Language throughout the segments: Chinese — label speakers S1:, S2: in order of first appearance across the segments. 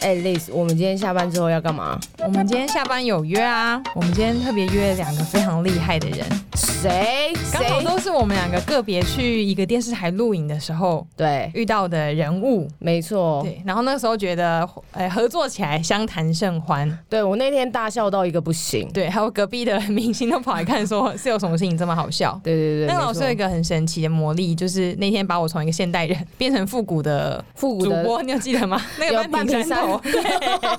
S1: 哎、l i z 我们今天下班之后要干嘛？
S2: 我们今天下班有约啊，我们今天特别约了两个非常厉害的人，
S1: 谁？
S2: 刚好
S1: 谁？
S2: 都是我们两个个别去一个电视台录影的时候
S1: 对，
S2: 遇到的人物。
S1: 没错，对
S2: 对，然后那时候觉得，呃，合作起来相谈甚欢。
S1: 我那天大笑到一个不行。
S2: 对，还有隔壁的明星都跑来看，说是有什么事情这么好笑。
S1: 对对对，
S2: 那个
S1: 没
S2: 老师
S1: 错
S2: 有一个很神奇的魔力，就是那天把我从一个现代人变成复古的
S1: 复古
S2: 主
S1: 的
S2: 播，你有记 得吗？那
S1: 有
S2: 个半
S1: 半
S2: 屏
S1: 屏
S2: 山头，对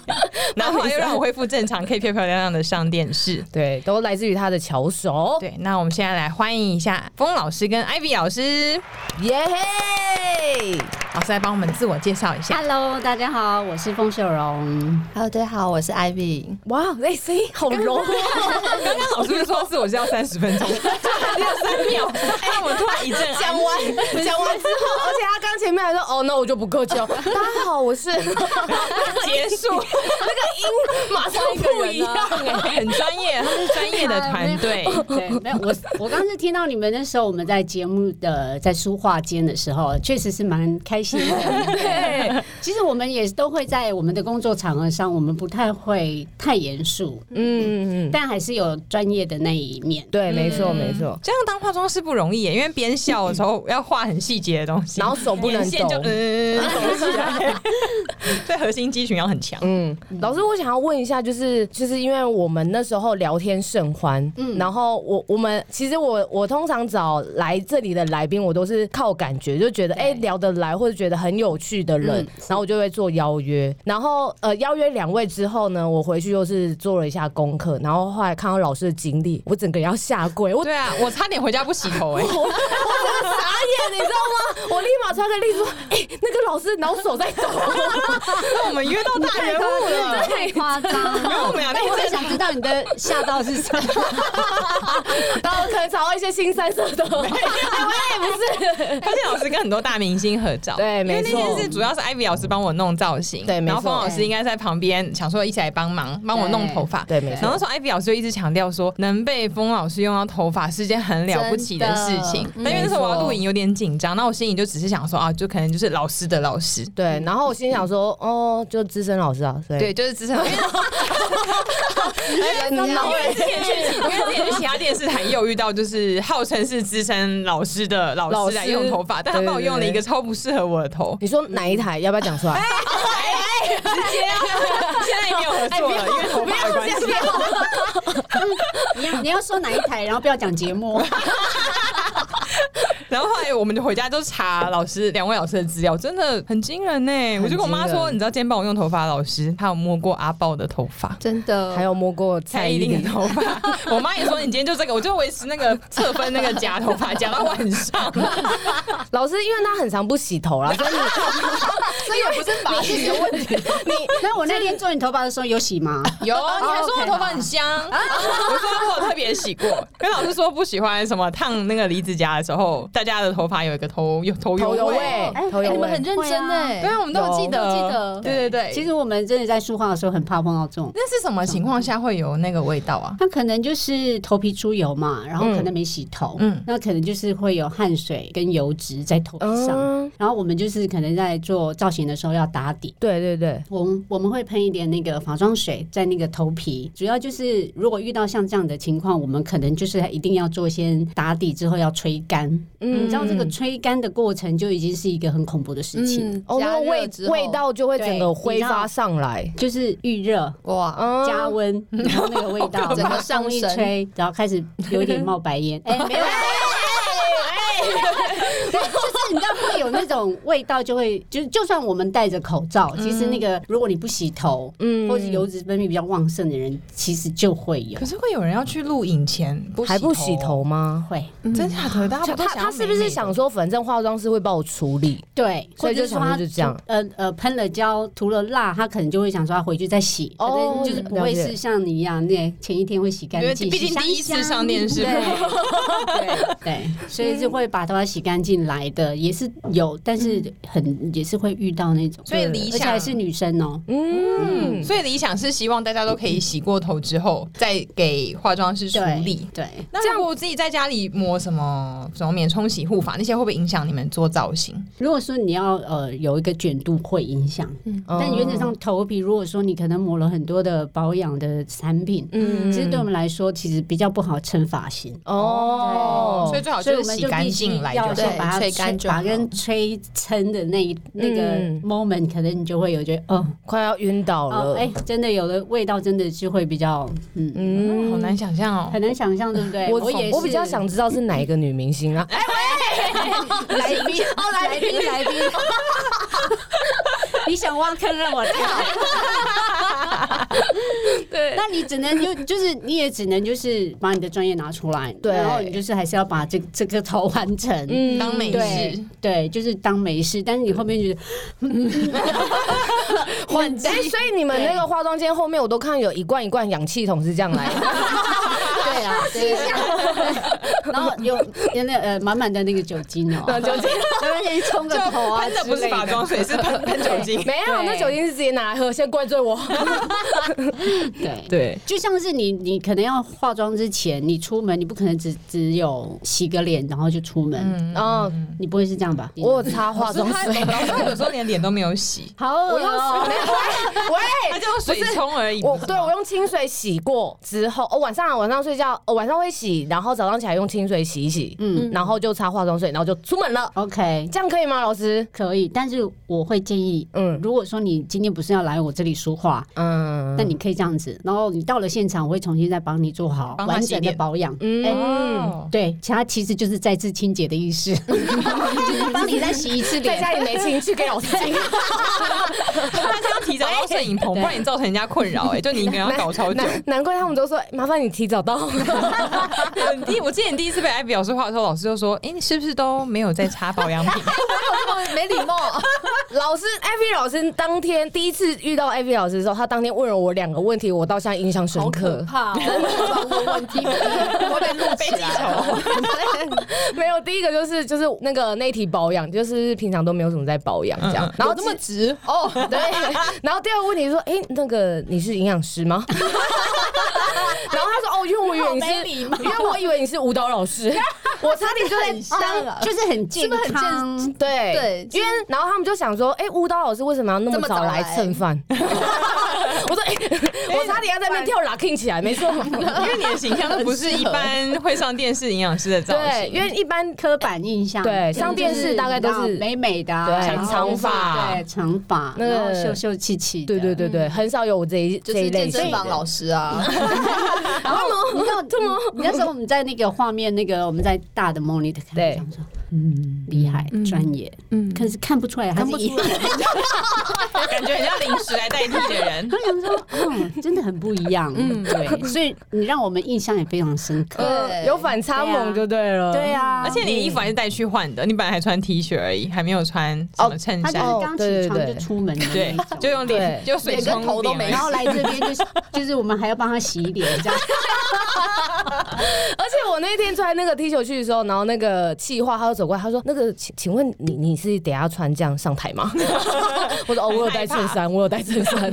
S2: 然后后
S1: 半屏
S2: 来又
S1: 山
S2: 让我恢复正常，可以漂漂亮亮的上电视。
S1: 对，都来自于他的巧手。
S2: 对，那我们现在来欢迎一下风老师跟 Ivy 老师，
S1: 耶
S2: 老师来帮我们自我介绍一下。
S3: Hello，大家好，我是凤秀荣。
S4: Hello，大家好，我是 Ivy。
S1: 哇，哎、声音好 柔啊！
S2: 刚刚老师说自我介绍三十分 钟，六三 秒，那我突然一阵
S1: 讲完 讲完之 后，而且他刚前面还说：“哦，那我就不客气哦。”大家好，我 是那个
S2: 结 束，
S1: 音 马上
S2: 啊
S1: 不一样哎、
S2: 很专业，啊他们是专业的团队。
S3: 对，没有我，我刚是听到你们那时候我们在节目的在书画间的时候，确实是蛮开心的。
S1: 对，
S3: 其实我们也都会在我们的工作场合上，我们不太会太严肃，
S1: 嗯，嗯嗯
S3: 但还是有专业的那一面。
S1: 对，没错
S2: 嗯
S1: 没错。
S2: 这样当化妆师不容易耶，因为边笑的时候要画很细节的东西，
S1: 然后手不能
S2: 眼线就
S1: 抖
S2: 嗯，抖起来， 对核心肌群要很强。
S1: 嗯，老师，我想要问一下，就是就是因为我们那时候聊天甚欢，嗯，然后我我们其实我我通常找来这里的来宾，我都是靠感觉，就觉得哎、聊得来或者觉得很有趣的人，
S3: 嗯
S1: 然后我就会做邀约，然后呃邀约两位之后呢，我回去又是做了一下功课，然后后来看到老师的经历，我整个人要下跪， 我
S2: 对啊，我差点回家不洗头哎，
S1: 傻眼，你知道吗？我立马传个例子说，哎、那个老师，然后手在抖，
S2: 那我们约到大人 物了。
S3: 太夸张
S2: 没有我
S3: 了
S2: 们俩
S3: 但 我很想知道你的吓到是 什么。
S1: 然后可能找到一些新三色的，哎喂，不是。
S2: 而且老师跟很多大明星合照，
S1: 对
S2: 因为
S1: 没
S2: 那
S1: 错
S2: 天是主要是艾比老师帮我弄造型，
S1: 对没错
S2: 然后方老师应该在旁边想说一起来帮忙，帮我弄头发，
S1: 对对没错
S2: 然后那时候艾比老师就一直强调说，能被风老师用到头发是件很了不起的事情。
S4: 真的
S2: 但因为那时候我
S1: 嗯
S2: 要
S1: 没错
S2: 录影有点紧张，那我心里就只是想说啊，就可能就是老师的老师。
S1: 对，然后我心想说，哦，就资深老师啊，所以哎
S2: 对，就是之前，因为
S1: 对，脑
S2: 之前去，因为之前去其他电视台也有遇到，就是号称是资深老师的老师来
S1: 老师
S2: 用头发，但他帮我用了一个超不适合我的头，
S1: 你说哪一台？要不要讲出来？
S2: 直接啊 现在也没有合作
S1: 哎
S2: 了，因为头发的关系。
S3: 你要你要说哪一台，然后不要讲节目。
S2: 然后后来我们就回家就查老师两位老师的资料，真的很惊人呢、我就跟我妈
S1: 惊
S2: 说，
S1: 人
S2: 你知道今天帮我用头发的老师，他有摸过阿豹的头发。
S4: 真的，
S1: 还有摸过蔡
S2: 蔡
S1: 依
S2: 依林
S1: 林
S2: 的？头发，我妈也说你今天就这个，我就维持那个侧分那个夹头发夹到晚 上，
S1: 老师，因为他很常不洗头啦，所以你
S4: 所以也不是发型的问题，
S3: 那我那天做你头发的时候有洗吗？
S2: 有，啊你还说我头发很香，我说我有特别洗过，跟老师说不喜欢什么烫那个离子夹的时候，大家的头发有一个头有头
S1: 头
S2: 油
S1: 有
S2: 味，
S1: 味
S3: 哎，
S1: 头有
S4: 你们很
S1: 味。
S4: 认真哎、
S2: 对啊，我们都有记得，
S4: 有都记得
S2: 对对对，
S3: 其
S2: 实
S3: 实我们真的在梳化的时候很怕碰到这种。
S2: 那是什么情况下会有那个味道啊？
S3: 他可能就是头皮出油嘛，然后可能没洗头，
S2: 嗯
S3: 那可能就是会有汗水跟油脂在头皮上。
S2: 哦
S1: 嗯，
S3: 然后我们就是可能在做造型的时候要打底，
S1: 对对对，
S3: 我们我们会喷一点那个化妆水在那个头皮，主要就是如果遇到像这样的情况，我们可能就是一定要做先打底之后要吹干，
S1: 嗯
S3: 你知道这个吹干的过程就已经是一个很恐怖的事情，
S4: 嗯，
S1: 哦，那
S4: 加
S1: 个
S4: 热
S1: 味
S4: 之后
S1: 味道就会整个挥发上来，
S3: 就是预热。
S4: 哇，
S1: 嗯
S3: 加温， 然后那个味道，
S4: 整个上
S3: 风一
S4: 升
S3: 吹，然后开始有一点冒白 烟。哎、没有， 就是你知道会有那种味道，就会就是就算我们戴着口罩，其实那个如果你不洗头，
S1: 嗯
S3: 嗯，或是油脂分泌比较旺盛的人，其实就会有
S2: 可是会有人要去录影前不洗
S1: 还不洗头吗？
S3: 会
S2: 真假的？大家
S1: 他
S2: 不都想要
S1: 他是不
S2: 美
S1: 是
S2: 美
S1: 想
S2: 的？
S1: 说，反正化妆师会帮我处理？
S3: 对，
S1: 所以就
S3: 或者是说
S1: 想说
S3: 他
S1: 就这样
S3: 呃呃，喷了胶，涂了蜡，他可能就会想说他回去再洗，
S1: 哦
S3: 可能就是不
S1: 了
S3: 会
S1: 解
S3: 是像你一样，那前一天会洗干
S2: 因为
S3: 净，
S2: 毕竟
S3: 洗香
S2: 第一次
S3: 香
S2: 上电视
S3: 对对对，所以是会把头发洗干净来的，也是有，但是很也是会遇到那种，
S2: 嗯所以理
S3: 而且
S2: 想
S3: 还是女生哦、
S1: 嗯，
S2: 所以理想是希望大家都可以洗过头之后，再给化妆师处
S3: 对
S2: 理。
S3: 对，
S2: 那如果我自己在家里抹什么什么免冲洗护法那些，会不会影响你们做造型？
S3: 如果说你要呃有一个卷度会影响，
S2: 嗯
S3: 但原则上头皮如果说你可能抹了很多的保养的产品，
S1: 嗯，嗯
S3: 其实对我们来说其实比较不好称发型。
S1: 嗯哦，
S2: 所以最好
S3: 所以
S2: 就
S3: 我
S2: 是
S3: 们
S2: 洗
S3: 就
S2: 干
S3: 必须
S2: 净来
S3: 要
S2: 就
S3: 先
S2: 对。
S3: 把它
S4: 吹干就
S3: 把
S4: 好
S3: 跟吹撑的那一那个
S1: 嗯
S3: moment，、可能你就会有觉得哦
S1: 快要晕倒
S3: 哦
S1: 了，
S3: 哎、真的有的味道真的是会比较嗯
S1: 嗯
S2: 嗯好难想象哦
S3: 很，难想象，对不对？
S1: 我
S3: 也是
S1: 我比较想知道是哪一个女明星啊？
S3: 来宾， 哦，来宾，来宾， 你想挖坑让我 跳？对，那你只能就就是你也只能就是把你的专业拿出来，
S1: 对
S3: 然后你就是还是要把这这个头完成。
S1: 嗯，
S2: 当美
S3: 对
S2: 式。
S3: 对，就是当没事，但是你后面就是
S1: 换哎，所以你们那个化妆间后面，我都看有一罐一罐氧气筒是这样来的，
S3: 对啊， 对，然后有有那呃满满的那个酒精哦，酒 精，然后先冲个头啊
S2: 喷的不
S3: 之类
S2: 是
S3: 的
S2: 化妆水，是喷喷酒精。
S1: 没有，
S3: 对
S1: 那酒精是直接拿来喝，先怪罪我。
S3: 对
S2: 对，
S3: 就像是你，你可能要化妆之前，你出门，你不可能只只有洗个脸然后就出门，
S2: 嗯，
S1: 哦，
S3: 你不会是这样吧？
S1: 嗯我有擦化妆
S2: 他
S1: 水，
S2: 老师有时候连脸都没有洗，
S3: 好恶 哦、
S2: 他就用水冲而已。
S1: 我
S2: 不是
S1: 对
S2: 吗
S1: 我用清水洗过之后，哦，晚上晚上睡觉，哦，晚上会洗，然后早上起来用清水洗一洗，嗯，然后就擦化妆水，然后就出门了，
S3: o k
S1: 这样可以吗，老师？
S3: 可以，但是我会建议，
S1: 嗯
S3: 嗯，如果说你今天不是要来我这里说话，
S1: 嗯
S3: 那你可以这样子，然后你到了现场，我会重新再帮你做好
S2: 帮他
S3: 完
S2: 洗
S3: 整的
S2: 脸
S3: 保养。
S1: 嗯，
S2: 哦
S3: 对，其他其实就是再次清洁的意思，就是帮你再洗一次
S1: 在
S3: 脸。
S1: 家 里没情去给老师听，
S2: 大家要提早到摄影棚，不然你造成人家困扰。哎，就你一个人要搞超久。
S1: 难难怪他们都说哎麻烦你提早 到，
S2: 你 第我记得你第一次被艾比老师画的时候，老师就说：“哎，你是不是都没有在擦保养 品
S4: 没礼貌，
S1: 老师艾薇老师当天第一次遇到艾薇老师的时候，他当天问了我两个问题，我到现在印象深刻。
S4: 怕哦，真的问问题，我得录起来。
S1: 没有，第一个就是就是那个内体保养，就是平常都没有怎么在保养这
S4: 嗯
S1: 样，然后这么
S4: 直哦，
S1: 对， 然后第二个问题说，哎、那个你是营养师吗？ 然后他说，哦，因为我以为你
S4: 好没
S1: 是，
S4: 礼貌
S1: 因为我以为你是舞蹈老师，我差点就在
S4: 很像啊，
S3: 就是很健
S4: 是不是很健
S3: 康，
S1: 对
S4: 对
S1: 因为然后他们就想说，哎、舞蹈老师为什么要那
S4: 这
S1: 么
S4: 么
S1: 早
S4: 早
S1: 来
S4: 来
S1: 蹭饭？ 我说， 哎、我差点要在那边跳 locking 起来，没 错，？”
S2: 因为你的形象都不是一般会上电视营养师的造
S1: 对，
S2: 型。
S1: 因为一般
S3: 刻板印象，
S1: 对
S3: 就是
S1: 上电视大概都是
S3: 你知道美美的啊、
S1: 对
S3: 然后
S1: 长
S3: 就是
S1: 发
S3: 对，长发，
S1: 那个
S3: 然后秀秀气气的，
S1: 对对对对，很少有我这一
S4: 就
S1: 这一
S4: 是
S1: 类
S4: 健
S1: 型
S4: 身
S1: 的
S4: 房老师啊，
S3: 然后你 知道，你那时候我们在那个画面，那个我们在大的 monitor 看，
S1: 对
S3: 想说，嗯，厉害，专业，嗯，可是看不出来，还是一样。
S2: 感觉很像临时来代替的 人。
S3: 我想说，嗯， 真的很不一样，嗯，对，所以你让我们印象也非常深刻。
S1: 呃，有反差萌就对了，嗯
S3: 对啊，
S2: 而且你的衣服还是带去换的，你本来还穿 T 恤而已，还没有穿什么衬
S3: 他就
S2: 衫。
S3: 是刚起
S1: 哦对
S3: 床
S1: 对
S3: 就
S1: 对
S3: 出门的 那
S2: 对
S3: 一种，
S2: 就用脸，就水
S4: 脸跟
S2: 冲
S4: 头都
S2: 脸啊而已
S4: 没
S3: 然后来这边就是 就是我们还要帮他洗脸 这样，
S1: 而且我那天穿那个 T 恤去的时候，然后那个气话他就走过来，他说：“那个，请请问你你是等一下穿这样上台吗？” 我说：“哦，我有带衬 衫，我有带衬衫。”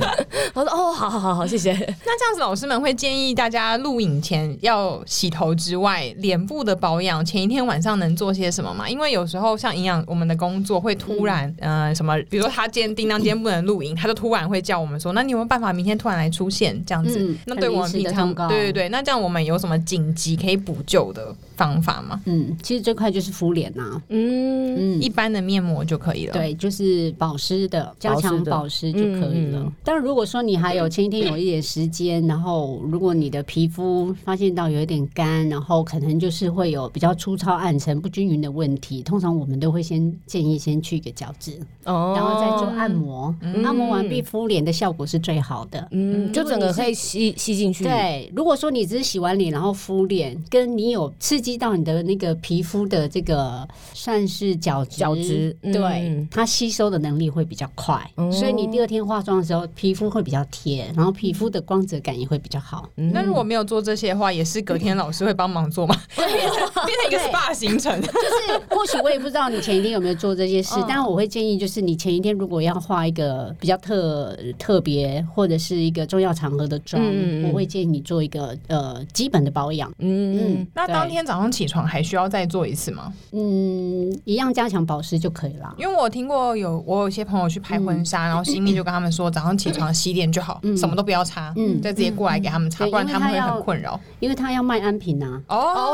S1: 他说：“哦，好好好好，谢谢。
S2: 那这样子，老师们会建议大家录影前要洗头之外，脸部的保养前一天晚上能做些什么吗？因为有时候像营养我们的工作会突然，嗯、呃，什么，比如说他今天叮当今天不能录影，他就突然会叫我们说，那你有没有办法明天突然来出现这样子？
S3: 嗯
S2: 那对我们平
S3: 很临时的
S2: 常
S3: 通告
S2: 对对对，那这样我们有什么紧急可以补救的方法吗？
S3: 嗯，其实最快就是敷脸呐，”
S1: 嗯，
S3: 嗯
S2: 一，般的面膜就可以了。，
S3: 对，就是保湿的，加
S1: 保湿
S3: 强
S1: 的
S3: 保湿就可以
S1: 嗯嗯
S3: 了
S1: 嗯。
S3: 但如果说你还有前一天有一点时间，然后如果你的皮肤发现到有一点干，然后可能就是会有比较粗糙、暗沉、不均匀的问题，通常我们都会先建议先去一个角质，
S1: 哦
S3: 然后再做按摩。按摩完毕，敷脸的效果是最好的。
S1: 嗯，就整个可以吸吸进去。，
S3: 对，如果说你只是洗完脸然后敷脸，跟你有刺激到你的那个皮肤的这个算是角质，
S1: 角质嗯哦
S3: 对它吸收的能力会比较快，所以你第二天化妆的时候皮肤会比较贴，然后皮肤的光泽感也会比较好。
S1: 嗯
S2: 那如果没有做这些的话，也是隔天老师会帮忙 做吗？变成变成一个
S3: 对
S2: SPA 行 程，
S3: 就是或许我也不知道你前一天有没有做这些 事，
S2: 嗯
S3: 但我会建议，就是你前一天如果要画一个比较特特别或者是一个重要场合的妆，
S1: 嗯嗯嗯
S3: 我会建议你做一个呃基本的保养。
S1: 嗯
S3: 嗯，
S2: 那当天早上起床还需要再做一次吗？
S3: 嗯一样加强保湿就可以啦。
S2: 因为我听过有我有一些朋友去拍婚
S1: 嗯
S2: 纱，然后新密就跟他们说，早上起床洗脸就好，
S3: 嗯
S2: 什么都不要擦，
S3: 嗯
S2: 再直接过来给他们擦，
S3: 对
S2: 不然他们会
S3: 因为他要
S2: 很困扰。
S3: 因为它要卖安瓶啊，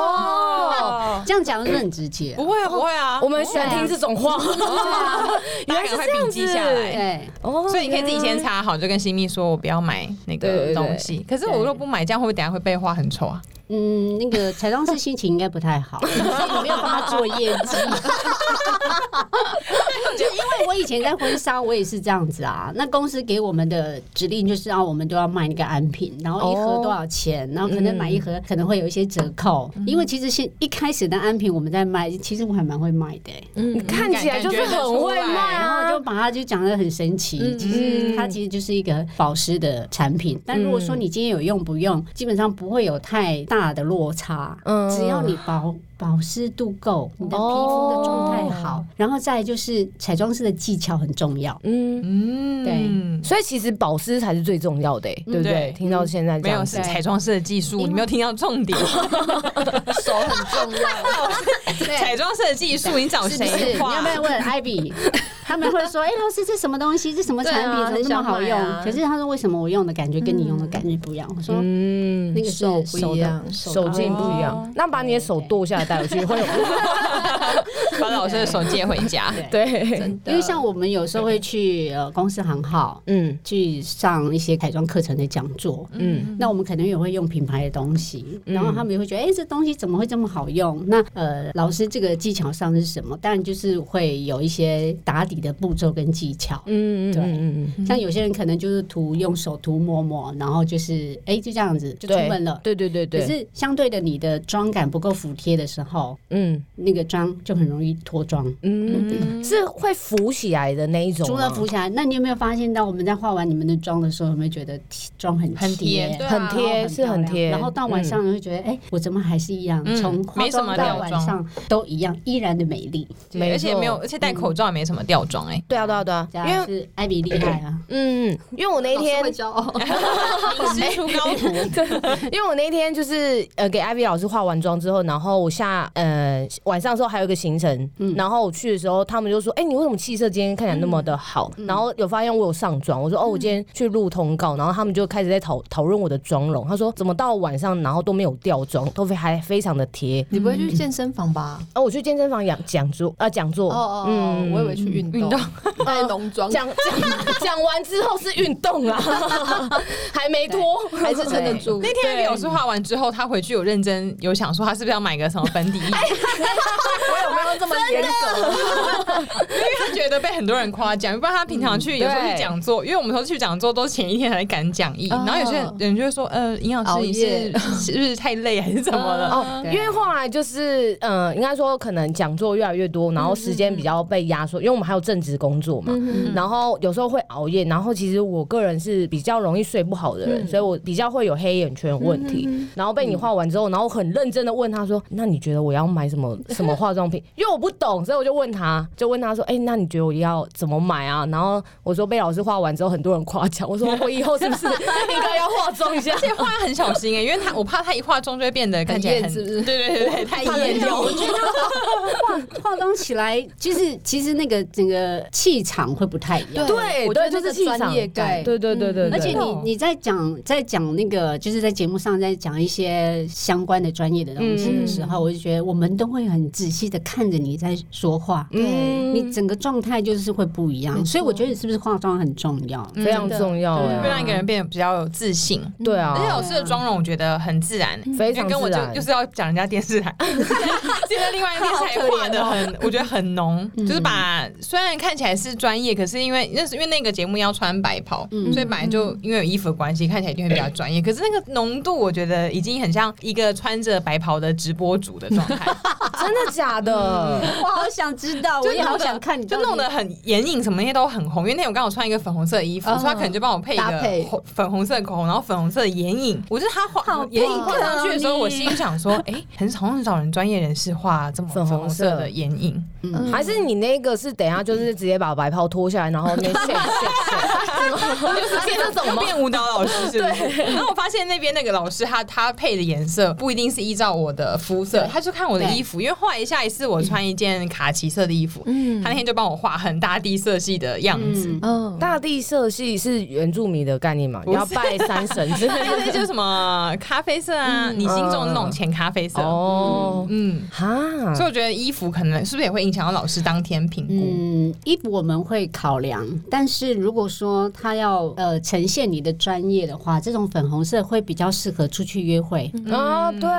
S2: 哦，
S3: 这样讲是不是很直接。
S2: 不
S1: 哦
S2: 会啊不会啊，
S1: 我们喜欢听这种话， 原来是这
S2: 哦大家赶快
S1: 样
S2: 笔记下来
S1: 子。
S3: 对，
S1: 哦
S2: 所以你可以自己先擦好，就跟新密说我不要买那
S1: 对对
S2: 个
S1: 对
S2: 东西。可是我如果不买，这样会不会等下会被画很丑啊？
S3: 嗯，那个彩妆师心情应该不 太好，所以我没有帮他做业绩。就因为我以前在婚纱，我也是这样子啊。那公司给我们的指令就是啊，我们都要卖那个安瓶，然后一盒多少钱，
S2: 哦
S3: 然后可能买一
S2: 嗯
S3: 盒可能会有一些折扣。因为其实现一开始的安瓶我们在卖，其实我还蛮会卖的、欸
S2: 嗯
S1: 你嗯看起来就是很会卖
S3: 然后
S1: 啊
S3: 就。把它就讲的很神奇。其实它其实就是一个保湿的产品，但如果说你今天有用不用，基本上不会有太大的落差。
S1: 嗯
S3: 只要你保保湿度够，你的皮肤的状态好，然后再来就是彩妆师的技巧很重要。
S1: 嗯，
S2: 嗯，
S3: 对
S1: 所以其实保湿才是最重要的欸，对不
S2: 对
S1: 对？听到现在这
S2: 没有
S1: 样
S2: 是
S1: 子，
S2: 彩妆师的技术，你没有听到重点。
S4: 手很重要，
S2: 彩妆师的技术，你找
S3: 是不
S2: 谁
S3: 是？你
S2: 画？
S3: 要不要问艾比？ 他们会说：“哎、老师，这什么东西？这什么产
S4: 对啊
S3: 品？怎么那么好
S4: 很
S3: 用？”
S4: 想买啊
S3: 可是他说：“为什么我用的感觉跟你用的感觉不一样？”我说：“
S1: 嗯，
S3: 那个是
S4: 手不
S3: 手
S4: 一
S3: 的
S4: 样
S3: 手
S1: 手
S3: 的
S1: 劲不一样
S2: 哦。
S1: 那把你的手剁下来带回去会 有
S2: 把老师的手借回家？
S1: 对，
S3: 嗯因为像我们有时候会去呃公司行号
S1: 嗯
S3: 去上一些彩妆课程的讲座。
S1: 嗯
S3: 那我们可能也会用品牌的东西，然后他们也会觉得，哎、这东西怎么会这么好用？那呃，老师这个技巧上是什么？当然就是会有一些打底的步骤跟技巧。
S1: 嗯嗯
S3: 对
S1: 嗯
S3: 像有些人可能就是涂用手涂抹抹，然后就是哎、就这样子就出门了。
S1: 对对对
S3: 可
S1: 对，
S3: 是相对的，你的妆感不够服帖的时候，
S1: 嗯
S3: 那个妆就很容易脱妆。
S1: 嗯，是会浮起来的那一种吗，
S3: 除了浮起来，那你有没有发现到我们在化完你们的妆的时候，有没有觉得妆很
S2: 很贴
S3: 贴
S2: 对啊
S1: 很贴
S3: 然后
S1: 是很
S3: 漂亮
S1: 贴，
S3: 然后到晚上你会觉得，哎、我怎么还是一样？
S2: 嗯
S3: 从、化
S2: 没什么
S3: 妆到
S2: 掉
S3: 晚
S2: 妆
S3: 上都一样，依然的美丽。
S1: 嗯，没
S2: 而且
S1: 错
S2: 没有，而且戴口罩也没什么掉妆哎。
S1: 对啊对啊对啊，
S3: 这
S1: 因
S3: 样
S1: 为
S3: 是艾比厉害啊！
S1: 嗯，因为我那一天
S4: 老师会骄傲，
S2: 师出高徒，
S1: 因为我那一天就是呃给艾薇老师化完妆之后，然后我下呃晚上的时候还有一个行程，
S4: 嗯
S1: 然后我去的时候他们就说：“哎、你为什么气色今天看起来那么的好？”
S4: 嗯
S1: 然后有发现我有上妆，我说：“哦，我今天去录通告。”然后他们就开始在讨讨论我的妆容，他说：“怎么到晚上然后都没有掉妆，都非还非常的贴。
S4: 你不会去健身房吧？”
S1: 然后我去健身房讲讲座啊讲座，嗯
S4: 哦哦，哦，我以为去运
S2: 运
S4: 动， 带浓妆，
S1: 讲讲讲完之后是运动啦， 还没脱，
S4: 还是撑得 住。
S2: 那天老师画完之后，他回去有认真有想说，他是不是要买个什么粉底液？
S4: 我有没有这么严格？
S2: 因为他觉得被很多人夸奖，不然他平常去有时候去讲座，因为我们说去讲座都是前一天才敢讲义，
S4: 哦
S2: 然后有些人就会说，呃，营养师你
S4: 熬
S2: 是 是不是太累还是怎么了？
S1: 哦，
S3: 对
S1: 因为后来就是，呃，应该说可能讲座越来越多，然后时间比较被压缩，因为我们还有正职工作嘛，然后有时候会熬夜，然后其实我个人是比较容易睡不好的人，所以我比较会有黑眼圈问题。然后被你画完之后，然后很认真的问他说：“那你觉得我要买什么什么化妆品？”因为我不懂，所以我就问他，就问他说：“哎、那你觉得我要怎么买啊？”然后我说被老师画完之后，很多人夸奖，我说我以后是不是应该要化妆一下
S2: 而？且画很小心哎、因为他我怕他一化妆就会变得看起来
S4: 很
S2: 很，
S4: 艳是不是
S2: 对对对对，太
S1: 怕冷
S2: 艳
S1: 掉
S2: 了。
S3: 我觉得化化妆起来，就是其实那个整个气场会不太一样。
S1: 对
S4: 我觉
S1: 对，
S4: 得
S1: 就
S4: 这
S1: 是
S4: 个
S1: 气
S4: 专
S1: 场
S4: 业感，
S1: 对对对对对，
S3: 嗯而且
S2: 对
S3: 你你在讲在讲那个就是在节目上在讲一些相关的专业的东西的时候，我就觉得我们都会很仔细的看着你在说话，
S1: 嗯
S3: 你整个状态就是会不一样。
S4: 错
S3: 所以我觉得是不是化妆很重要？
S1: 非常重要
S3: 真的
S1: 哎
S2: 会让一个人变得比较有自信。
S1: 对
S2: 而且
S1: 啊，
S2: 老师的妆容我觉得很自然、
S1: 非
S2: 因
S1: 常
S2: 为跟我
S1: 自
S2: 就
S1: 然
S2: 就。是要讲人家电视台， 现在另外一个电视台画的很，我觉得很浓，就是把虽然看起来是专业，可是因为那是因为那个节目要穿白袍，所以本来就因为有衣服的关系，看起来一定会比较专业。可是那个浓度，我觉得已经很像一个穿着白袍的直播主的状态，
S1: 真的假的？
S3: 我好想知道，我也好想看你到
S2: 就
S3: 底，
S2: 弄得很眼影什么那些都很红。因为那天我刚好穿一个粉红色的衣服，
S4: 嗯
S2: 所以他可能就帮我配一
S4: 搭配
S2: 个红粉红色的口红，然后粉红色的眼影。我就是他
S3: 好
S2: 画眼影画上去的时候，
S3: 棒哦
S2: 我心里想说，哎、很少很少人专业人士画这么
S1: 粉
S2: 粉
S1: 红
S2: 红色
S1: 色
S2: 的眼影。
S4: 嗯
S1: 还是你那个是等一下就是直接把白袍脱下来，然后那炫炫炫，就是变这种吗？
S2: 变舞蹈老师是不是？然后我发现那边那个老师他他配的颜色不一定是依照我的肤色，他就看我的衣服，因为后来下一次我穿一件卡其色的衣服，
S4: 嗯
S2: 他那天就帮我画很大地色系的样子。
S3: 嗯，
S4: 嗯，
S1: 大地色系是原住民的概念嘛？
S2: 不
S1: 你
S2: 是
S1: 要拜山神之类
S2: 对对，
S1: 的。
S2: 就是什么咖啡色啊，你心中的那种浅咖啡色，
S1: 哦，
S2: 嗯，
S1: 哈，
S2: 所以我觉得衣服可能是不是也会影响到老师当天评估？
S3: 嗯，衣服我们会考量，但是如果说他要呃呈现你的专业的话，这种粉红色会比较适合出去约会。
S1: 啊，对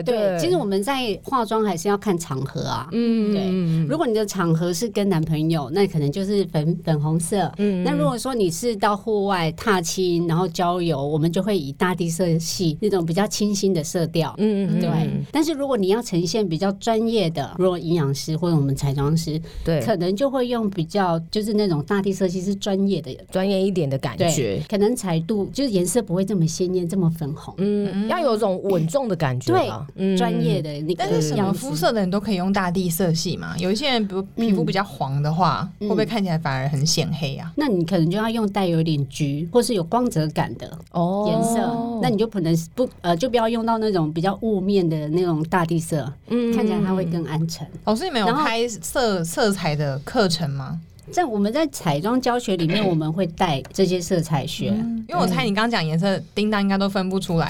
S3: 嗯对，其实我们在化妆还是要看场合啊。
S1: 嗯
S3: 对
S1: 嗯
S3: 如果你的场合是跟男朋友，那可能就是粉粉红色。
S1: 嗯
S3: 那如果说你是到户外踏青，然后郊游，我们就会以大地色系那种比较清新的色调。
S1: 嗯嗯
S3: 对，但是如果你要呈现比较专业的，如果营养师或者我们彩妆师，
S1: 对对，
S3: 可能就会用比较就是那种大地色系是专业的，
S1: 专业一点的感
S3: 对
S1: 觉，，
S3: 可能彩度就是颜色不会这么鲜艳，这么粉红，
S1: 嗯，要有种稳重的感觉
S3: 对
S1: 吧，嗯
S3: 专业的嗯那
S2: 啊但
S3: 个
S2: 是什么
S3: 样子
S2: 肤。色的人都可以用大地色系嘛？有一些人，比如皮肤比较黄的话，
S3: 嗯
S2: 会不会看起来反而很显黑啊？
S3: 那你可能就要用带有点橘或是有光泽感的
S1: 哦
S3: 颜色，那你就可能是不呃就不要用到那种比较雾面的那种大地色，
S1: 嗯
S3: 看起来它会更暗沉。
S2: 老师，你们有
S3: 然后
S2: 开色色彩的课程吗？
S3: 在我们在彩妆教学里面，我们会带这些色彩学，
S1: 嗯
S2: 因为我猜你刚刚讲颜色，叮当应该都分不 出来。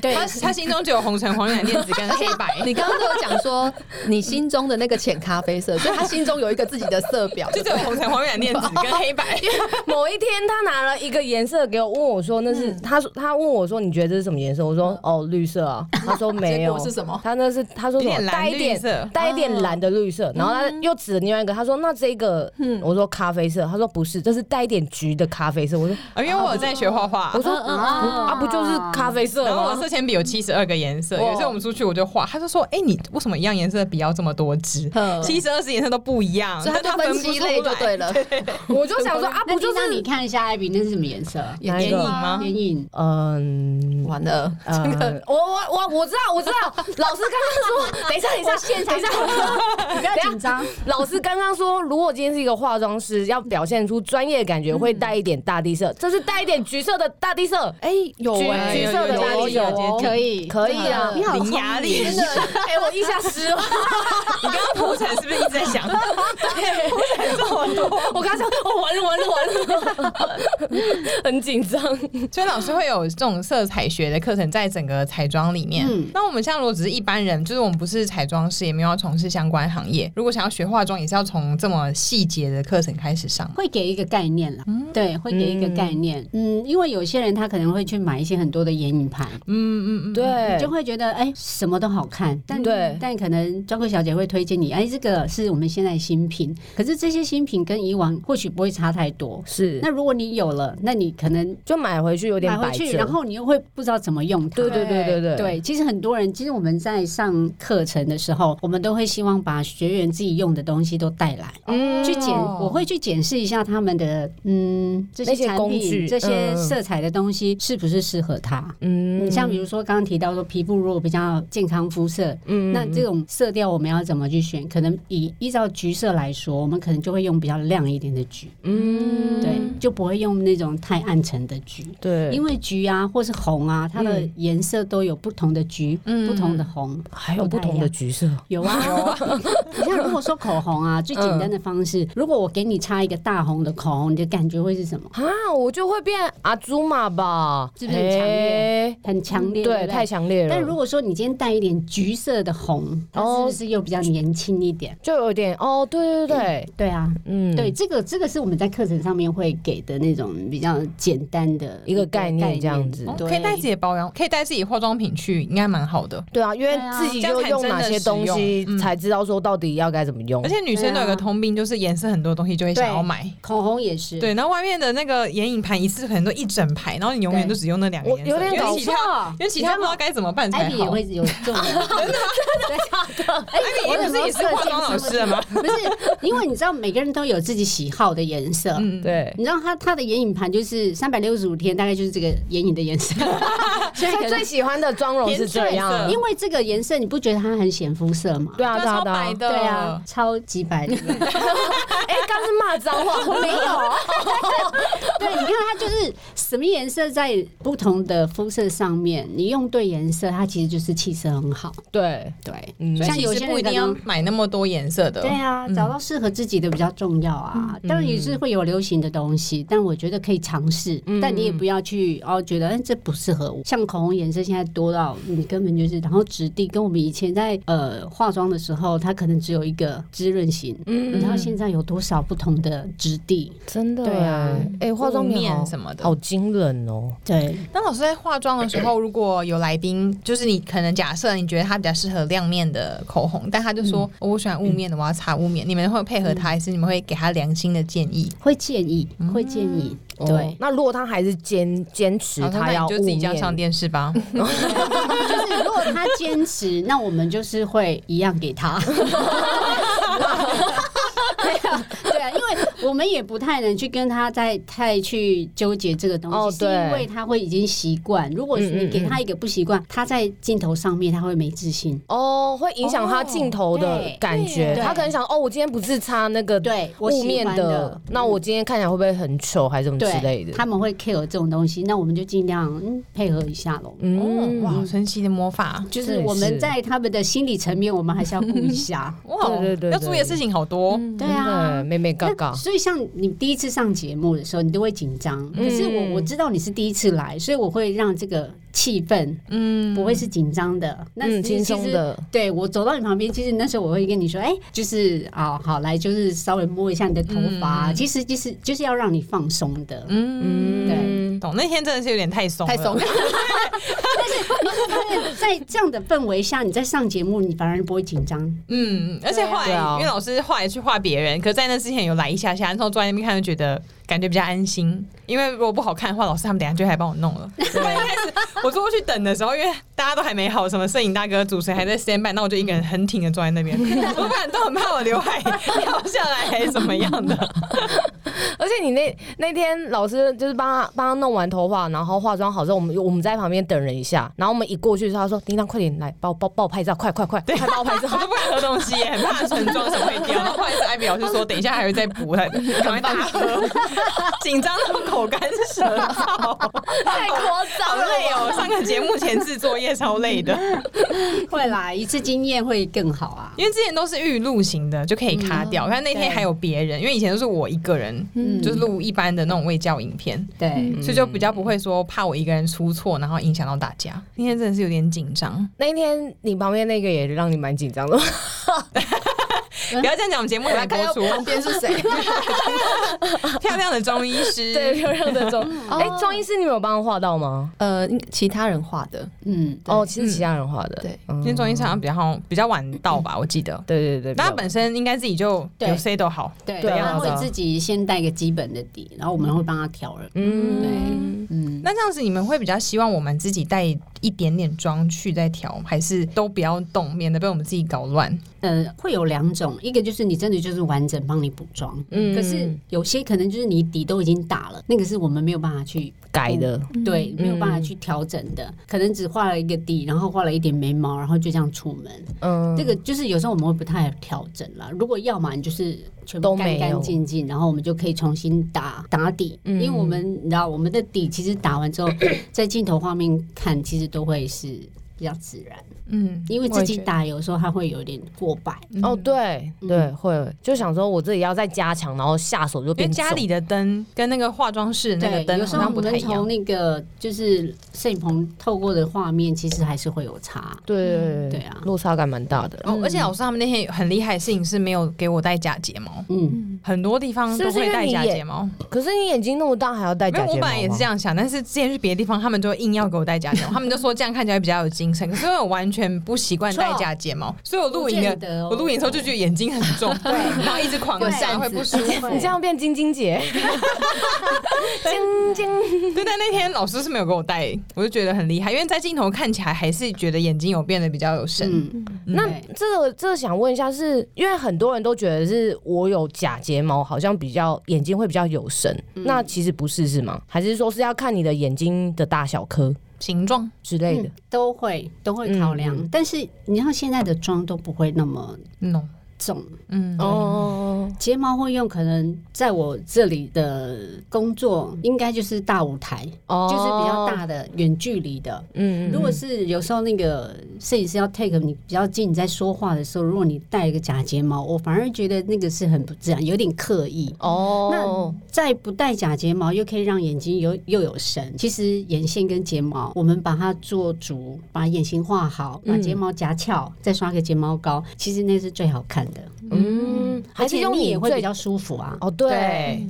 S3: 对
S2: 他他心中只有红橙黄绿蓝靛紫跟黑白。
S4: 你刚刚都有讲说你心中的那个浅咖啡色，所以他心中有一个自己的色 表，
S2: 就只有红橙黄绿蓝靛紫跟黑 白，
S1: 某一天，他拿了一个颜色给我，问我说：“那是、他说他问我说你觉得这是什么颜色？”我说：“哦，绿色啊。”他说：“没
S4: 结
S1: 有
S4: 果是什么
S1: 他那是他说什
S2: 有
S1: 么
S2: 点蓝
S1: 带一
S2: 绿色
S1: 点带一点蓝的绿色，然后他又指了另外一个，他说：“那这个，我说咖啡色。”他说：“不是，这是带一点橘的咖啡色。”我说
S2: 啊因为我有在学画画：“
S1: 我，说
S3: 嗯嗯
S1: 啊
S3: 嗯
S1: 啊，不就是咖啡色
S2: 然后我
S1: 吗
S2: 色铅笔有七十二个颜色，有一次我们出去我就画，他就说：“哎、你为什么一样颜色的笔要这么多支？
S4: 嗯
S2: 七十二支颜色都不一样，
S4: 所以他
S2: 但
S4: 就
S2: 它
S4: 分
S2: 不
S4: 析
S2: 出
S4: 类就
S2: 来
S4: 对了。
S1: 我就想说啊，
S3: 那
S1: 不就
S3: 让你
S1: 是
S3: 看一下艾比那是什么颜色？
S1: 哪一
S2: 眼
S1: 个
S2: 影吗？
S3: 眼影。
S1: 嗯。”
S4: 完了，
S1: 呃，我我我我知道我知 道，老师刚刚 说，等一下等一下，
S3: 现
S1: 等
S3: 场
S1: 一下，
S3: 你不要紧张，
S1: 老师刚刚说，如果今天是一个化妆师，要表现出专业的感觉，会带一点大地色，嗯这是带一点橘色的大地色，
S4: 哎，有
S1: 橘
S4: 哎，
S1: 橘色的
S4: 有
S1: 大
S4: 有
S1: 地色
S4: 有有
S3: 哦可
S1: 哦
S3: 以，
S1: 可以啊。
S3: 你好
S2: 伶牙俐
S4: 真
S2: 齿，
S4: 的
S1: 哎，我一下湿了，
S2: 你刚刚铺陈是不是一直在想？
S1: 我刚才说我完了完了完了，很紧张。
S2: 所以老师会有这种色彩学的课程在整个彩妆里面。
S3: 嗯
S2: 那我们像如果只是一般人，就是我们不是彩妆师，也没有要从事相关行业，如果想要学化妆，也是要从这么细节的课程开始上。
S3: 会给一个概念啦，
S1: 嗯
S3: 对，会给一个概念，嗯，因为有些人他可能会去买一些很多的眼影盘，
S2: 嗯嗯嗯，
S1: 对
S3: 就会觉得哎什么都好看，但
S1: 对
S3: 但可能专柜小姐会推荐你，哎，这个是我们现在新品，可是这些新品跟以往或许不会差太多。
S1: 是
S3: 那如果你有了，那你可能
S1: 就买回去有点
S3: 买
S1: 摆
S3: 回去，
S1: 着，
S3: 然后你又会不知道怎么用它。
S1: 对对对对对
S3: 对，其实很多人，其实我们在上课程的时候，我们都会希望把学员自己用的东西都带来。
S1: 嗯
S3: 去检，
S2: 哦
S3: 我会去检视一下他们的嗯这些
S1: 那些
S3: 产
S1: 工
S3: 品、
S1: 具
S3: 这些
S1: 嗯
S3: 色彩的东西是不是适合他。
S1: 嗯
S3: 嗯，像比如说刚刚提到说皮肤如果比较健康肤色，
S1: 嗯
S3: 那这种色调我们要怎么去选？可能以依照橘色来说，我们可能就会用比较亮一点的橘，
S1: 嗯
S3: 对，就不会用那种太暗沉的橘。
S1: 对，嗯
S3: 因为橘啊，或是红啊，它的颜色都有不同的橘，
S2: 嗯
S3: 不同的红，
S1: 还有不
S3: 太一
S1: 同的
S3: 样
S1: 橘色，
S3: 有啊，有啊。 你像如果说口红啊，最简单的方
S1: 嗯
S3: 式，如果我给你擦一个大红的口红，你的感觉会是什么？
S1: 啊，我就会变阿祖玛吧，
S3: 是不是很强烈
S1: 哎
S3: 很强烈，对
S1: 对，
S3: 不对
S1: 太强烈了。哦
S3: 但如果说你今天带一点橘色的红，它是不是又比较年轻一点？
S1: 就有点哦，对对对，
S3: 对啊，
S1: 嗯，
S3: 对，这个这个是我们在课程上面会给的那种种比较简单的
S1: 一个概念这样子
S2: 哦
S3: 对
S2: 可以带自己的保养，可以带自己化妆品去，应该蛮好的。
S1: 对啊，因为
S3: 对啊
S1: 自己
S2: 这样
S1: 就
S2: 才
S1: 用
S2: 真
S1: 哪
S2: 的
S1: 些
S2: 实
S1: 东西
S2: 用嗯嗯
S1: 才知道说到底要该怎么用
S2: 而。且女生都有个通病，就是颜色很多东西就会想要买。
S3: 口红也是，
S2: 啊对，然后外面的那个眼影盘一次可能都一整排，然后你永远
S3: 对
S2: 都只用那两个
S1: 我
S2: 颜色，
S1: 有点
S2: 因为
S1: 搞
S2: 其他
S3: 啊
S2: 因为其他不知道该怎么办
S3: 艾
S2: 才
S3: 比也
S2: 好。
S3: 会有这种，真的哎，
S2: 艾比
S3: 我
S2: 不
S3: 有
S2: 是也是化妆老师了吗？
S3: 不是，因为你知道每个人都有自己喜好的颜色，
S2: 嗯，
S1: 对，
S3: 你知道他他的眼影盘就是三百六十五天，大概就是这个眼影的 颜色。所以
S1: 他
S3: 可
S1: 最
S3: 能
S1: 喜欢的妆容是这
S2: 偏
S1: 样啊
S2: 翠，
S3: 因为这个颜色，你不觉得它很显肤色吗？
S1: 对啊，
S2: 对
S1: 对
S2: 啊，
S1: 啊，
S2: 超
S1: 对啊
S2: 白。的，
S3: 对啊，，超级白的。
S1: 哎，刚是骂脏话， 我没有。
S3: 对，你看它就是什么颜色在不同的肤色上面，你用对颜色，它其实就是气色很好。
S1: 对，
S3: 对，
S1: 嗯，
S2: 所以
S3: 像有
S2: 其实
S3: 些人
S2: 不一定要
S3: 可
S2: 买那么多颜色的。
S3: 对啊，找到适合自己的比较重要啊。当然也是会有流行的东西，但我觉得可以尝试，但你也不要去哦，觉得哎这不适合我。像口红颜色现在多到你根本就是，然后质地跟我们以前在呃化妆的时候，它可能只有一个滋润型，你知道现在有多少不同的质地？
S1: 真的
S3: 对啊
S1: 哎，哎，化妆
S2: 雾
S1: 品
S2: 面
S1: 好
S2: 什么的
S1: 好惊人哦。
S3: 对，
S2: 那老师在化妆的时候，如果有来宾，就是你可能假设你觉得他比较适合亮面的口红，但他就说、
S1: 嗯
S2: 哦我喜欢雾面的，我要擦雾面，你们会配合他，还是你们会给他良心的建议？
S3: 会建议，会建议，
S1: 哦
S3: 对，
S1: 那如果他还是坚坚持
S2: 好，
S1: 他
S2: 哦那
S1: 要
S2: 你就
S1: 雾
S2: 自己
S1: 面
S2: 这样上电视吧。
S3: 就是如果他坚持，那我们就是会一样给 他。对啊，因为我们也不太能去跟他再太去纠结这个东西，
S1: 哦
S3: 是因
S1: 对
S3: 为他会已经习惯。如果
S1: 嗯嗯
S3: 你给
S1: 嗯
S3: 他一个不习惯，他在镜头上面他会没自信。
S1: 哦，会影响他镜头
S3: 哦
S1: 的
S3: 对
S1: 感觉。
S3: 对
S1: 他可能想，哦，我今天不是擦那个
S3: 对我喜
S1: 雾面
S3: 欢的
S1: 那我今天看起来会不会很丑，还是什么之类
S3: 对，
S1: 的？
S3: 他们会 care 这种东西，那我们就尽量嗯配合一下喽。
S2: 哦，
S1: 嗯，
S2: 哇，好神奇的魔法！
S3: 就是我们在他们的心理层面，我们还是要顾一下。
S2: 哇，
S1: 对对对对嗯
S2: 要注意的事情好多。
S3: 对
S1: 真
S3: 啊
S1: 的，妹妹嘎
S3: 那
S1: 嘎，
S3: 所以像你第一次上节目的时候，你都会紧张。
S1: 嗯
S3: 可是我我知道你是第一次来，所以我会让这个气氛
S2: 嗯，
S3: 不会是紧张的，那
S1: 嗯，
S3: 其实
S1: 轻松。的
S3: 其实。对我走到你旁边，其实那时候我会跟你说，哎、就是啊、好来，就是稍微摸一下你的头
S1: 嗯
S3: 发、其实其实就是要让你放松的。
S2: 嗯，
S1: 嗯，
S2: 懂。那天真的是有点太松，
S4: 太松了。。
S3: 在这样的氛围下，你在上节目，你反而不会紧张。
S2: 嗯，而且后来、
S1: 对啊
S2: 因为老师后来去画别人，可在那之前有来一下下，然后坐在那边看就觉得感觉比较安心，因为如果不好看的话，老师他们等一下就来帮我弄了。不然一开始我坐过去等的时候，因为大家都还没好，什么摄影大哥、主持人还在 stand by，那我就一个人很挺的坐在 那边，我感都很怕我刘海掉下来还是怎么样 的。
S1: 而且你那那天老师就是帮他帮他弄完头发，然后化妆好之后，我们我们在旁边等人一下，然后我们一过去，他说：“叮当，快点来，帮我帮帮我拍照，快快 快，快帮我拍照。
S2: 我都不敢喝东西耶，很怕唇妆什么会 掉。然后后来是艾比老师说，等一下还会再补，赶快大 喝，紧张到口干舌燥，
S4: 太夸
S2: 好
S4: 张
S2: 累哦！ 上个节目前置作业 超累的，
S3: 会啦，一次经验会更好啊。
S2: 因为之前都是预录型的，就可以卡掉。但那天还有别人，因为以前都是我一个人，
S3: 嗯
S2: 就是录一般的那种卫教影片。
S3: 对，
S2: 所以就比较不会说怕我一个人出错，然后影响到大家。今天真的是有点紧 张，”
S1: 那一天你旁边那个也让你蛮紧张
S3: 哦
S1: 的，
S2: 不要这样讲，我们节目还
S4: 看
S2: 播
S4: 要
S2: 出
S4: 旁边是 谁？
S2: 漂亮的中医 师，
S1: 对，漂亮的妆。
S4: 嗯
S1: 哎，妆医师你们有帮他画到吗？
S4: 呃，其他人画的，
S3: 嗯，
S1: 哦，其实其他人画的，
S4: 对
S1: 嗯，
S2: 今天中医师好像比较好比较晚到吧，我记得。
S1: 对对对，
S2: 那他
S1: 比较
S2: 本身应该自己就
S3: 对
S2: 有 say 都好，
S3: 对，
S1: 对啊
S3: 他
S1: 对啊
S3: 会自己先带个基本的底，然后我们会帮他调了。
S1: 嗯，
S3: 嗯，
S2: 那这样子你们会比较希望我们自己带一点点妆去再调，还是都不要动，免得被我们自己搞乱？
S3: 呃，会有两种，一个就是你真的就是完整帮你补妆，
S1: 嗯
S3: 可是有些可能就是你底都已经打了，那个是我们没有办法去
S1: 改的，
S3: 对，
S1: 嗯
S3: 没有办法去调整的，可能只画了一个底，然后画了一点眉毛，然后就这样出门，
S1: 嗯
S3: 这个就是有时候我们会不太调整啦。如果要嘛，你就是全
S1: 都
S3: 部
S1: 没
S3: 干
S1: 有嗯
S3: 干净净，然后我们就可以重新打打底，因为 我们你知道我们的底其实打完之后，在镜头画面看其实都会是比较自然，
S2: 嗯，
S3: 因为
S2: 我
S3: 自
S2: 也
S3: 己
S2: 觉得
S3: 打有时候它会有点过百。
S1: 哦，，对
S3: 嗯
S1: 对，会就想说我自己要再加强，然后下手就
S2: 因为
S1: 变重
S2: 家里的灯跟那个化妆室那个
S3: 对，
S2: 灯
S3: 有时
S2: 好
S3: 候
S2: 像
S3: 我
S2: 不太
S3: 们
S2: 一
S3: 从
S2: 样。
S3: 那个就是摄影棚透过的画面，其实还是会有差。
S1: 对对
S3: 对啊
S1: 落差感蛮大的啦。
S2: 哦，而
S3: 嗯
S2: 且老师他们那天很厉害的事情是没有给我戴假睫毛，
S3: 嗯，
S2: 很多地方
S1: 是不
S2: 都
S1: 是
S2: 会
S1: 因为
S2: 戴
S1: 你
S2: 假
S1: 也
S2: 睫毛。
S1: 可是你眼睛那么大还要戴
S2: 没
S1: 假睫
S2: 有，
S1: 毛
S2: 我
S1: 吗？
S2: 本来也是这样想，但是之前去别的地方，他们就硬要给我戴假睫毛，他们就说这样看起来比较有精神。可是因为我完全不习惯戴假睫毛，所以我录影
S3: 不见得
S2: 的
S3: 哦
S2: 我录影的时候就觉得眼睛很重，然后一直狂
S3: 有
S2: 闪会不舒服。
S1: 你
S3: 嗯
S1: 这样变晶晶姐，晶晶
S2: 对，但那天老师是没有给我戴，我就觉得很厉害，因为在镜头看起来还是觉得眼睛有变得比较有神。
S3: 嗯，
S1: 那
S3: 对
S1: 这个这个想问一下是，因为很多人都觉得是我有假睫毛，好像比较眼睛会比较有神，那其实不是是吗？还是说是要看你的眼睛的大小颗
S2: 形状
S1: 之类的？
S3: 嗯都会都会考量，
S1: 嗯
S3: 但是你看现在的妆都不会那么
S2: ，no，
S3: 重，
S2: 嗯，
S1: 哦，
S3: 睫毛会用，可能在我这里的工作应该就是大舞台，
S1: 哦
S3: 就是比较，大的远距离的。
S1: 嗯
S3: 如果是有时候那个摄影师要 take 你比较近，你在说话的时候，如果你戴一个假睫毛，我反而觉得那个是很不自然，有点刻意。
S1: 哦，
S3: 在不戴假睫毛，又可以让眼睛有又有神。其实眼线跟睫毛，我们把它做足，把眼型画好，把
S1: 嗯
S3: 睫毛夹翘，再刷个睫毛膏，其实那是最好看的，
S1: 嗯，还
S3: 而
S1: 是
S3: 且
S1: 用
S3: 你
S1: 你
S3: 也会
S1: 最
S3: 比较舒服啊。
S1: 哦，对对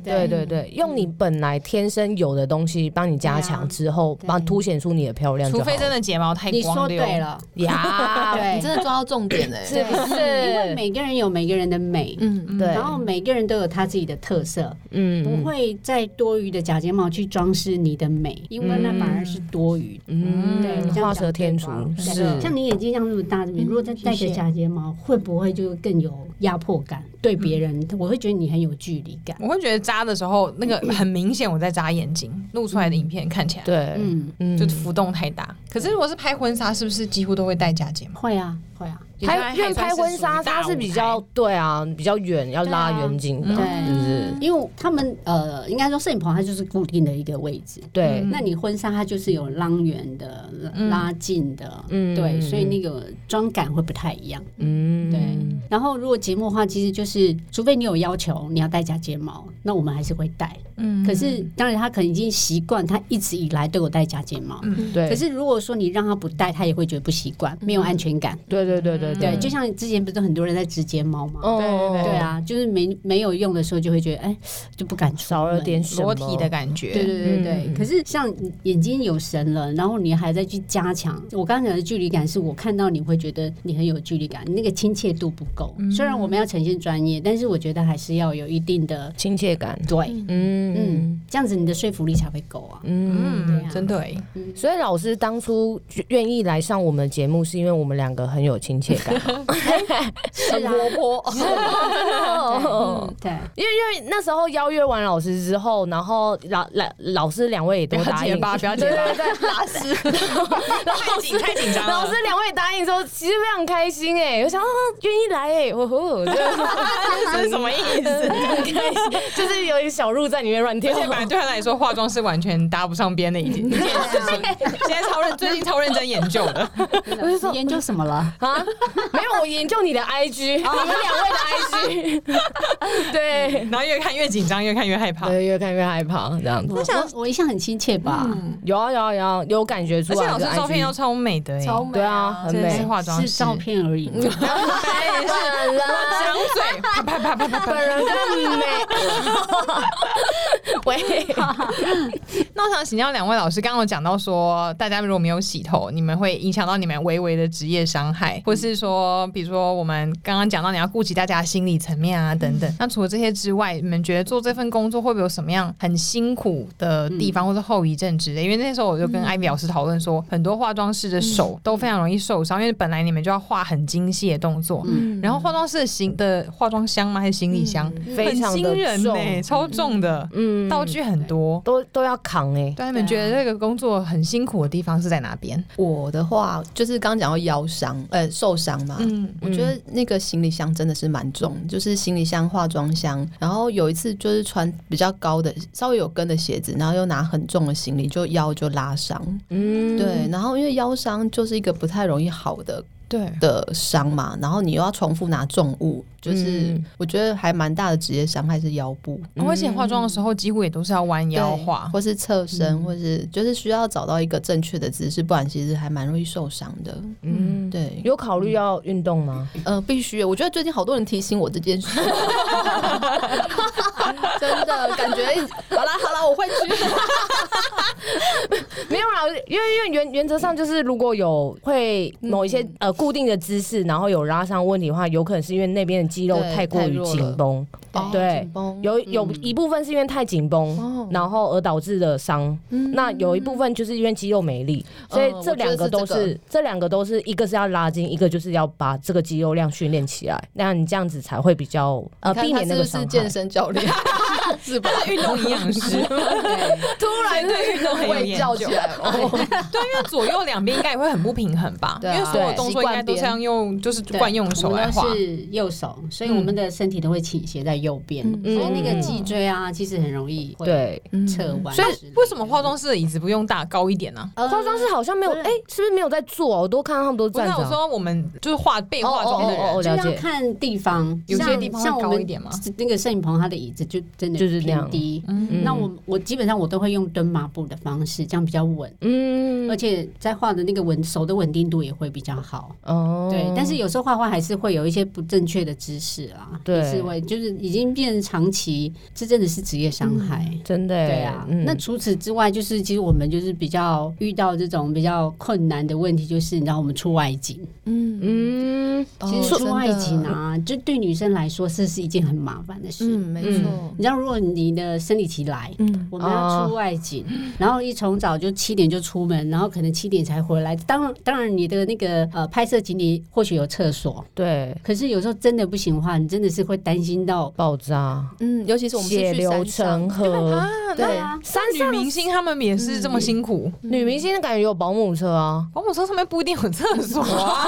S3: 对嗯
S1: 对对，用你本来天生有的东西帮你加强之后，
S3: 对啊
S1: 帮凸显出你的漂亮就
S2: 除
S1: 好了，
S2: 非真的睫毛太
S3: 你说
S2: 光溜，
S3: 对了，
S1: 呀，
S4: 啊你
S3: 对，
S4: 真的抓到重点哎、
S1: 是不
S3: 因为
S1: 是？
S3: 每个人有每个人的美。
S4: 嗯，
S1: 对，
S3: 然后每个人都有他自己的特色，
S1: 嗯
S3: 不，会再多余的假睫毛去装饰你的美，因为那反而是多余的。
S1: 嗯，
S3: 对
S1: 嗯
S3: 这样
S1: 画
S3: 讲
S1: 蛇添足
S3: 对吧
S1: 是
S3: 对像你眼睛这样那么大，你如果再戴
S4: 嗯谢
S3: 个
S4: 谢
S3: 假睫毛，会不会就更有压迫感？对别人，
S1: 嗯
S3: 我会觉得你很有距离感。
S2: 我会觉得扎的时候那个很明显我在扎眼睛，录出来的影片看起来
S1: 对，
S3: 嗯，
S1: 嗯
S2: 就是浮动太大。可是如果是拍婚纱，是不是几乎都会戴假睫毛？
S3: 会啊，会啊，
S1: 拍因为拍婚纱，它是比较对啊，比较远，要拉
S3: 对啊
S1: 远景的，
S3: 对
S1: 是不是？
S3: 因为他们呃，应该说摄影棚它就是固定的一个位置，
S1: 对
S2: 嗯，
S3: 那你婚纱它就是有啷圆的、
S2: 嗯
S3: 拉近的，
S1: 嗯
S3: 对，所以那个妆感会不太一样。
S1: 嗯，
S3: 对，然后如果节目的话，其实就是除非你有要求你要戴假睫毛，那我们还是会戴。
S2: 嗯
S3: 可是当然他可能已经习惯，他一直以来都有戴假睫毛。
S2: 嗯
S1: 对，
S3: 可是如果说你让他不戴，他也会觉得不习惯，没有安全感。
S1: 对对对对
S3: 对，
S1: 对，
S3: 就像之前不是很多人在植睫毛吗？
S1: 哦
S2: 嗯对对
S3: 对，啊，就是没没有用的时候就会觉得哎就不敢出门
S1: 少了点什么
S2: 裸体的。感觉，
S3: 对对对对，
S1: 嗯
S3: 可是像眼睛有神了，然后你还在去加强。我刚刚讲的距离感，是我看到你会觉得你很有距离感，你那个亲切度不够。
S1: 嗯
S3: 虽然我们要呈现专业，但是我觉得还是要有一定的
S1: 亲切感，
S3: 对，
S1: 嗯
S3: 嗯，这样子你的说服力才会够啊。
S1: 嗯。
S3: 对啊
S2: 嗯，真的欸，
S1: 所以老师当初愿意来上我们节目，是因为我们两个很有亲切感，
S3: 是啊，
S4: 活泼，
S1: 哦
S3: 对，
S1: 因为因为那时候邀约完老师之后，然后老老老师两位也都
S2: 不要
S1: 答
S2: 结
S1: 应，
S2: 巴，不要结巴，
S4: 拉丝，
S2: 太紧太紧张
S1: 老师
S2: 了。
S1: 两位答应之后，其实非常开心哎、我想啊愿意来哎、吼吼，就
S2: 这是什么意思？
S1: 很开心，就是有一个小鹿在里面乱跳
S2: 而且。本来对他来说，化妆是完全搭不上边的一件一件事情。 现在超认，最近超认真研究的。
S1: 我就说
S3: 研究什么了？
S1: 啊，没有，我研究你的 IG，你们两位的 IG，对，
S2: 然后越看越紧张，越看越害怕。
S1: 对，越看越害怕这样子。
S3: 我想我一向很亲切吧，
S1: 有啊有啊有啊，有感觉出
S2: 而且
S1: 来。
S2: 老师
S1: 这个
S2: 照片
S1: IG
S2: 要超美的欸，
S4: 超美
S1: 对啊很
S2: 真的
S1: 美
S2: 是化妆
S3: 是
S2: 师
S3: 照，片而已。
S1: 嗯本 人
S2: 香水啪啪啪啪啪啪。
S1: 本人更 美。喂，
S2: 那我想请教两位老师，刚刚有讲到说，大家如果没有洗头，你们会影响到你们微微的职业伤害，或是说，比如说我们刚刚讲到你要顾及大家的心理层面啊等
S1: 嗯
S2: 等。那除了这些之外，你们觉得做这份工作会不会有什么样很辛苦的地方，或是后遗症之类？因为那时候我就跟
S1: 嗯
S2: 艾比老师讨论说，很多化妆师的手都非常容易受伤，因为本来你们就要画很精细的动作，
S4: 嗯
S2: 然后化妆师的行的化妆箱吗？还是行李箱？
S1: 嗯非
S2: 很
S1: 常
S2: 惊
S1: 的
S2: 人呢、欸
S1: 重，
S2: 超重的，
S1: 嗯
S2: 道具很多。
S1: 都都要扛忙哎、
S2: 对他啊们觉得这个工作很辛苦的地方是在哪边？
S4: 我的话就是刚刚讲到腰伤，呃，受伤嘛。
S2: 嗯，
S4: 我觉得那个行李箱真的是蛮重，就是行李箱、化妆箱。然后有一次就是穿比较高的、稍微有跟的鞋子，然后又拿很重的行李，就腰就拉伤。
S1: 嗯，
S4: 对，然后因为腰伤就是一个不太容易好的
S2: 对，
S4: 的伤嘛，然后你又要重复拿重物，就是
S1: 嗯
S4: 我觉得还蛮大的职业伤害是腰部。
S2: 而且化妆的时候几乎也都是要弯腰
S4: 对
S2: 化。
S4: 或是侧身，
S1: 嗯
S4: 或是就是需要找到一个正确的姿势，不然其实还蛮容易受伤的。
S1: 嗯，
S4: 对，
S1: 有考虑要运动吗？
S4: 呃，必须，我觉得最近好多人提醒我这 件事，真的感觉好啦好啦，我会去。
S1: 没有啦，因为因为原原则上就是，如果有会某一些、呃固定的姿势，然后有拉伤问题的话，有可能是因为那边的肌肉
S4: 对
S1: 太过
S4: 太
S1: 于
S4: 弱
S1: 紧
S4: 了
S1: 绷，对
S4: 哦紧绷
S1: 有有一部分是因为太紧绷，
S4: 嗯哦
S1: 然后而导致的伤。那有一部分就是因为肌肉没力，所以
S4: 嗯
S1: 这两个都
S4: 我觉得
S1: 是
S4: 是
S1: 这两个都是一个是要拉筋，一个就是要把这个肌肉量训练起来。那你这样子才会比较呃
S4: 你看
S1: 避免
S4: 他
S1: 那
S4: 是
S1: 个
S4: 不
S1: 伤害。
S4: 是健身 教练？是吧？
S2: 运动营养 师
S1: 突然
S2: 对运动很有
S4: 会
S2: 研
S4: 叫起
S2: 究，
S4: 来哦。
S2: 对，因为左右两边应该也会很不平衡吧？因
S4: 对
S2: 为
S4: 啊
S2: 所有动作应该都是要用，就是惯用手来画
S3: 我。们都是右手，所以
S2: 嗯
S3: 我们的身体都会倾斜在右边，
S4: 嗯
S3: 所以那
S1: 嗯
S3: 个脊椎啊，其实很容易会
S1: 对，
S3: 侧弯之
S2: 所
S3: 类的。
S2: 以为什么化妆师的椅子不用大高一点呢、
S3: 呃
S1: 化妆师好像没有，
S3: 对
S1: 哎、是不是没有在做啊？我都看到他们都
S2: 不是
S1: 站着
S2: 我
S1: 啊。
S2: 说我们就是化被化妆的人，
S1: 哦哦哦
S3: 就
S1: 了
S3: 要
S1: 解。
S3: 看地方，
S2: 有些
S3: 像
S2: 地方会
S3: 像我
S2: 高
S3: 们
S2: 一点吗
S3: 那个摄影棚他的椅子就真的
S1: 就是那样
S3: 偏低。
S2: 嗯，
S3: 那我我基本上我都会用蹲马步的方式，这样比较稳，
S1: 嗯
S4: 呃
S3: 而且在画的那个稳手的稳定度也会比较好。
S1: 哦
S3: 对，但是有时候画画还是会有一些不正确的姿势啊，
S1: 对
S3: 也是会就是已经变成长期，这真的是职业伤害。
S1: 真的欸
S3: 对啊，
S1: 嗯
S3: 那除此之外，就是其实我们就是比较遇到这种比较困难的问题，就是你知道我们出外景，
S4: 嗯，
S1: 嗯
S3: 其实
S4: 哦
S3: 出外景，
S4: 真的
S3: 啊，就对女生来说，这是一件很麻烦的事。
S4: 嗯，没错，
S3: 你知道，如果你的生理期来，
S4: 嗯，
S3: 我们要
S1: 哦
S3: 出外景，然后一从早就七点就出门，然后可能七点才回来。当然，当然你的那个呃拍摄景点或许有厕所，
S1: 对
S3: 可是有时候真的不行的话，你真的是会担心到。
S1: 爆炸，
S4: 嗯，尤其是我们是
S1: 血
S4: 去
S1: 流
S4: 山上
S1: 成，河。
S3: 对啊，
S1: 山
S2: 女
S1: 上
S2: 明星她们也是这么辛苦，
S1: 女明星的感觉有保姆车啊，
S2: 保姆车上面不一定有厕所啊。